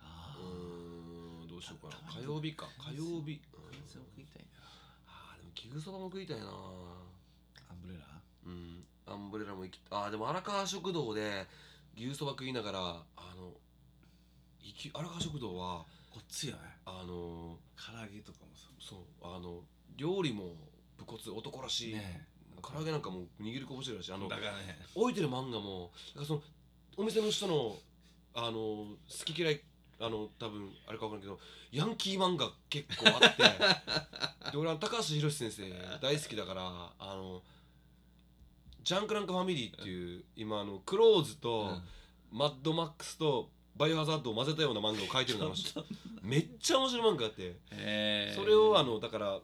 F: あ
E: う
F: あ
E: ーんどうしようか
F: た
E: な火曜日か火曜日うん
F: 全然食いたいな
E: あーでもギグそばも食いたいな
F: アンブレラ
E: うんアンブレラも行きあーでも荒川食堂で牛そば食いながらあの行き荒川食堂は
F: こっちよね
E: あの
F: 唐揚げとかもさ
E: そうあの料理も武骨男らしい、
F: ね
E: 唐揚げなんかもう握りこぼしてるらしいあの
F: だからね
E: 置いてる漫画もだからそのお店の人のあの好き嫌いあの多分あれか分かんないけどヤンキー漫画結構あって で俺は高橋宏先生大好きだからあのジャンクランクファミリーっていう今あのクローズと、マッドマックスとバイオハザードを混ぜたような漫画を描いてるのがあるらしいめっちゃ面白い漫画あって。
F: え
E: それをあのだから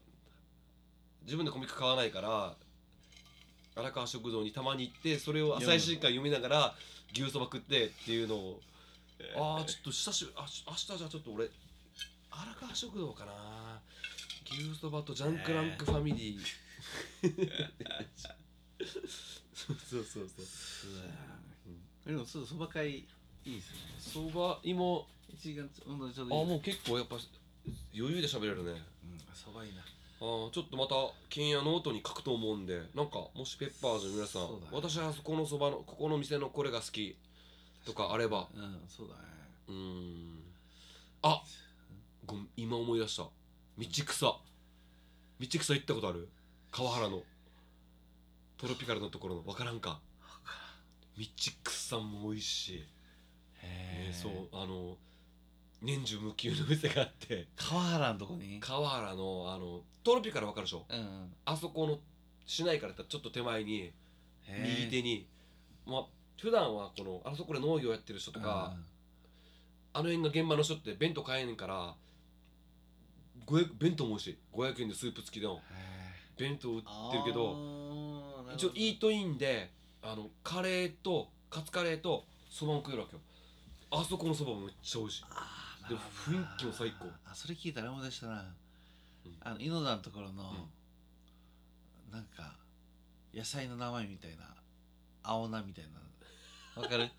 E: 自分でコミック買わないから荒川食堂にたまに行ってそれを朝日新刊読みながら牛そば食ってっていうのをああちょっと久しぶりあちょ明日じゃあちょっと俺荒川食堂かな牛そばとジャンクランクファミリー、 そうそうそう
F: でもそうそば会いいですよ
E: そ
F: ね
E: うそば芋
F: 一時間ちょうんちょう
E: あ
F: どいい
E: もう結構やっぱ余裕で喋れるね
F: うんそばいいな
E: あーちょっとまた剣屋ノートに書くと思うんでなんかもしペッパーズの皆さん、
F: そうだね
E: 私はそこのそばのここの店のこれが好きとかあれば
F: うんそうだね
E: うーんあごめん今思い出した道草道草行ったことある川原のトロピカルのところのわからんか道草も美味しい、
F: へ
E: ね
F: ー
E: そうあの年中無休の店があって
F: 川原のとこに
E: 川原のあのトロピカルわかるでしょ
F: うんうん
E: あそこの市内からやったらちょっと手前に
F: へー
E: 右手にまあ普段はこのあそこで農業やってる人とか、あの辺が現場の人って弁当買えねんから500弁当も美味しい500円でスープ付きの
F: うんへ
E: 弁当売っ
F: ー
E: てるけど
F: あー
E: 一応イートインであのカレーとカツカレーとそばも食えるわけよあそこのそばもめっちゃ美味しい
F: あー
E: で
F: なるほど
E: 雰
F: な
E: 囲気も最高
F: あそれ聞いたら思い出したな、
E: うん
F: あの井野田のところの、なんか野菜の名前みたいな青菜みたいなわ かる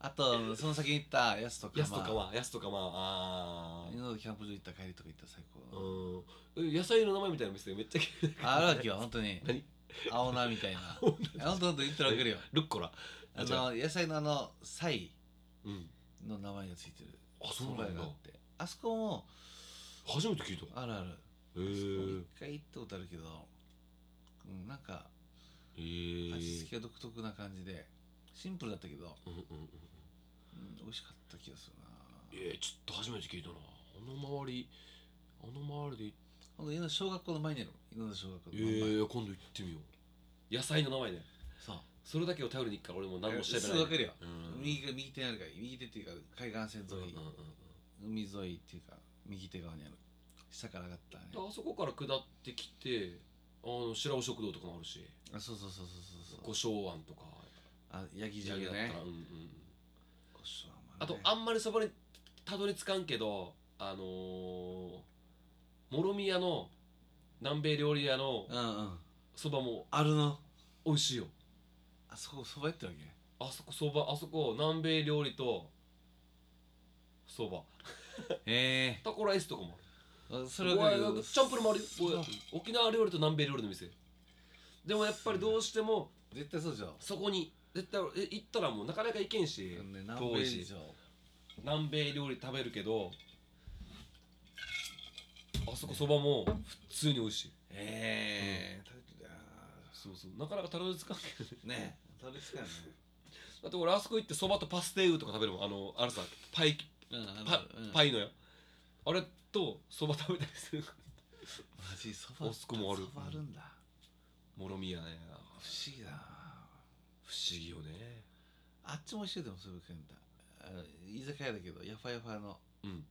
F: あとその先に行ったやつとか
E: 安とかは安とかまああ
F: 井野田キャンプ場行った帰りとか行ったら最
E: ー
F: 高、
E: うん野菜の名前みたい な店めっちゃ嫌い
F: あるわけよ本当に
E: 何
F: 青菜み たいないや本当本当言ったらわかるよ
E: ルッコラ
F: あ
E: じゃあ
F: の野菜のあのサイ
E: うん
F: の名前がついてる
E: あそうなん
F: 蕎麦
E: だ
F: 屋があってあそこも
E: 初めて聞いたへ
F: あるある
E: え
F: そこ
E: ー
F: 一回行ったことあるけど、うん、なんか
E: え
F: 味付
E: ー
F: けが独特な感じでシンプルだったけど、
E: うんうんうん
F: うん、美味しかった気がするな
E: えー、ちょっと初めて聞いたなあの周りあの周りで
F: 今度家の小学校の前にある井の小学校の
E: え
F: 前、
E: ー、今度行ってみよう野菜の名前ね
F: そう
E: それだけを頼りに行くから俺もう何も調べない
F: すぐ分かるよ、
E: うん
F: 右が右手にあるから右手っていうか海岸線
E: うんうん
F: 沿
E: うん
F: い、海沿いっていうか右手側にある下から上がったね
E: であそこから下ってきてあの白尾食堂とかもあるし
F: あそうそうそうそうそうそう
E: 胡椒庵とか
F: あヤギ汁
E: 焼きだったら
F: ね
E: うんうん
F: 胡椒甘ね
E: あとあんまりそこにたどり着かんけどあのー、もろみ屋の南米料理屋の
F: うんうん
E: そばも
F: あるの
E: 美味しいよ
F: あそこそばやってるわけ
E: あそこそばあそこ南米料理とそば
F: へえ
E: タコライスとかもあるチ
F: そ
E: ャンプルもあるよ
F: そう
E: 沖縄料理と南米料理の店でもやっぱりどうしても
F: 絶対そうでしょ
E: そこに絶対え行ったらもうなかなか行けんし、
F: ね
E: 遠
F: 南
E: い
F: 米
E: し
F: 以上
E: 南米料理食べるけどあそこそばも普通に美味しい
F: ええ食べてるあ
E: そうそうなかなかたどり着かんけどね
F: ーね食べてたよね
E: だって俺あそこ行ってそばとパステーウとか食べるもんあのあれさパイ
F: うん
E: パ,、
F: イ
E: パイのやあれとそば食べたりする
F: マジそば
E: あそこもある
F: そばあるんだ
E: もろみやね
F: 不思議だな
E: 不思議よね
F: あっちも一緒でもそれ食えんだあ居酒屋だけどヤファヤファの
E: うん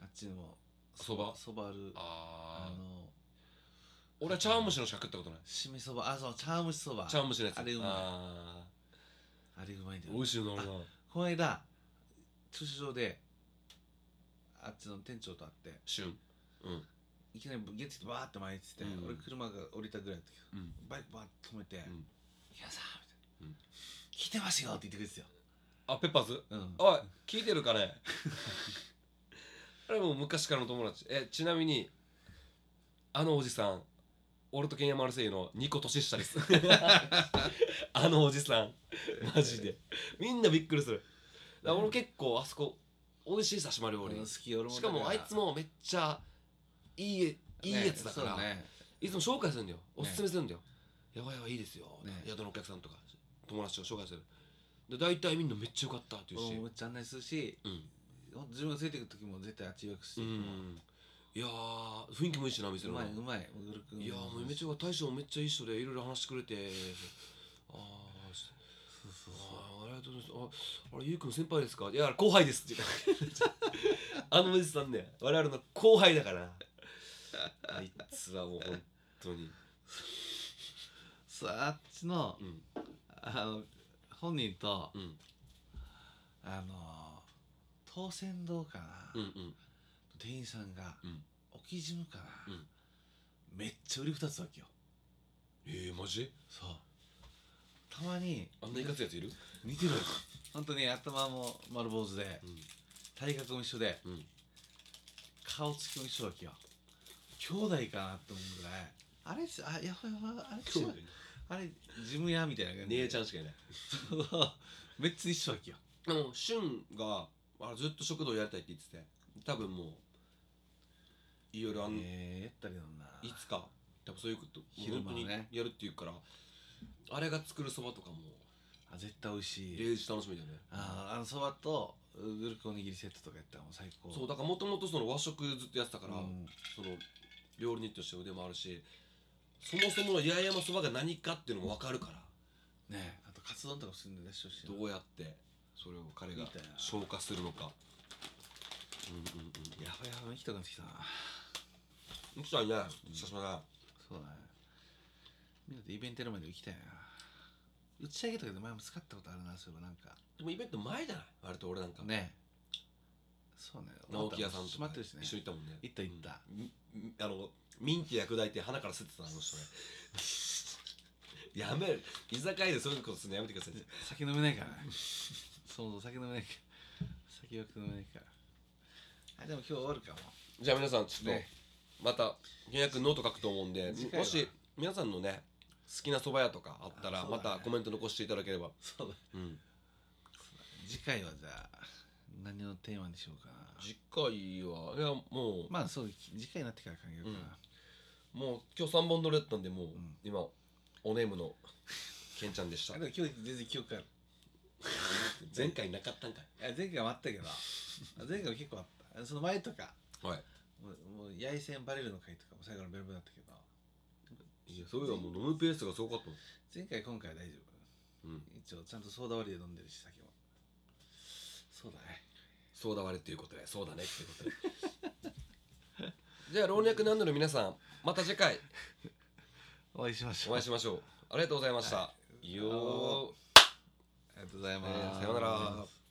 F: あっちにも
E: そば
F: そばある
E: あ
F: あ
E: ー
F: の
E: 俺は茶碗蒸しのしか食ったことない
F: しめそばあそうチャームしそば
E: 茶碗蒸しのやつ
F: あれうまい
E: あ
F: あれうまいんだ
E: ー
F: よ
E: 美味しいよな
F: あこの間駐車場であっちの店長と会って
E: 旬うん
F: いきなりゲッツってバーって前に行ってて、
E: うん
F: 俺車が降りたぐらいの時
E: うん
F: バイクバーって止めて
E: ん
F: 「いやさ」みたい
E: う
F: な、
E: ん
F: 聞いてますよ」って言ってくれてたよ、
E: あペッパーズ
F: うん、
E: おい聞いてるかね あれもう昔からの友達えちなみにあのおじさん俺とケンヤマルセイの2個年下ですあのおじさんマジでみんなびっくりするだから俺結構あそこ美味しい刺し丸料
F: 俺
E: 理
F: の好き俺も
E: しかもあいつもめっちゃいいえいいやつだから、
F: ね
E: いつも紹介するんだよおすすめするんだよ、やばいやばいいいですよ、
F: ね
E: 宿のお客さんとか友達と紹介するで大体みんなめっちゃよかったって
F: そ
E: 言
F: う
E: うし
F: ね俺もめっちゃ案内するし
E: うん
F: ほんと自分がついてくる時も絶対あっち予約して
E: う
F: いくも
E: んいやー雰囲気もいいしな店
F: う
E: のな
F: まいうまい小倉君
E: いやーもうめちゃくちゃ大将めっちゃいい人でいろいろ話してくれてあーし
F: そうそうそう
E: あーありがとうございますああれゆうくん先輩ですかいや後輩ですって 言ったあのおじさんね我々の後輩だからあいつはもう本当に
F: そうあっちの
E: うん
F: あの本人と
E: うん
F: あの当選堂かな、
E: うん うん
F: 店員さんが、
E: うん
F: 沖ジムかな、
E: うん
F: めっちゃ売り二つわけよ
E: えー、マジ
F: そうたまに
E: あんないかつやついる
F: 似てる本当に頭も丸坊主で
E: う
F: 体格も一緒で
E: んうん
F: 顔つきも一緒だわけよ兄弟かなって思うぐらいあれしあやばいやばいあれ違うあれジムやみたいな感じで
E: 姉ちゃんしかいない
F: そう めっちゃ一緒わけよ
E: でも俊があずっと食堂やりたいって言ってて多分もういろいろあん、
F: ええやったりなんな。
E: いつか多分そういうこと
F: 昼間はね
E: 本当にやるっていうからあれが作るそばとかも
F: あ絶対美味しい。
E: レージ楽しみだよね
F: あーあのそばとグルクおにぎりセットとかやったらもう最高。
E: そうだからもともとその和食ずっとやってたから、
F: うん
E: その料理人として腕もあるしそもそもの八重山そばが何かっていうのも分かるから
F: ねえあとカツ丼とかすんで出してほしいな。
E: どうやってそれを彼が
F: みたいな
E: 消化するのかうんうんうん
F: やばいやばい行きたくなってきたな。
E: ミキさんね久しぶりだね
F: そうだね。みんなでイベントやるまで行きたいな。打ち上げとかで前も使ったことあるな、そういえばなんか。
E: でもイベント前じゃない割と俺なんか
F: ねえそうね。
E: 直木屋さんと
F: 閉
E: か
F: まってるしね。
E: 一緒に行ったもんね
F: 行った行った。
E: みみあのミンティア砕いて鼻から吸ってたあの人ね やめる居酒屋でそういうことするのやめてください
F: 酒飲めないからねそうそう酒飲めないから酒弱くて飲めないからあでも今日終わるかも
E: じゃあ皆さんちょっと、
F: ね
E: また契約ノート書くと思うんで
F: 次
E: も
F: 回は
E: し皆さんのね好きな蕎麦屋とかあったら、
F: あそう
E: ま
F: だね
E: たコメント残していただければ
F: そうだ
E: うん
F: 次回はじゃあ何のテーマにしようかな
E: 次回はいやもう、
F: まあそう次回になってから考えようかな、
E: うんもう今日3本撮りだったんでもう、
F: ん
E: 今おネームのケンちゃんでした
F: あでも今日全然記憶ある
E: 前回なかったんか
F: あ前回もあったけど前回も結構あったあその前とか
E: いはい
F: もうもう八重線バレルの回とかも最後のベロベロだったけど
E: いやそういうのはもう飲むペースがすごかったもん
F: 前回今回は大丈夫、
E: うん
F: 一応ちゃんとソーダ割りで飲んでるし酒もそうだね
E: そうだわれということでそうだねっていうことで じゃあ老若男女の皆さんまた次回
F: お会いしましょ
E: お
F: う
E: 会いしましょうありがとうございました、よー
F: ありがとうござい
E: え
F: ま
E: ー
F: す
E: さようなら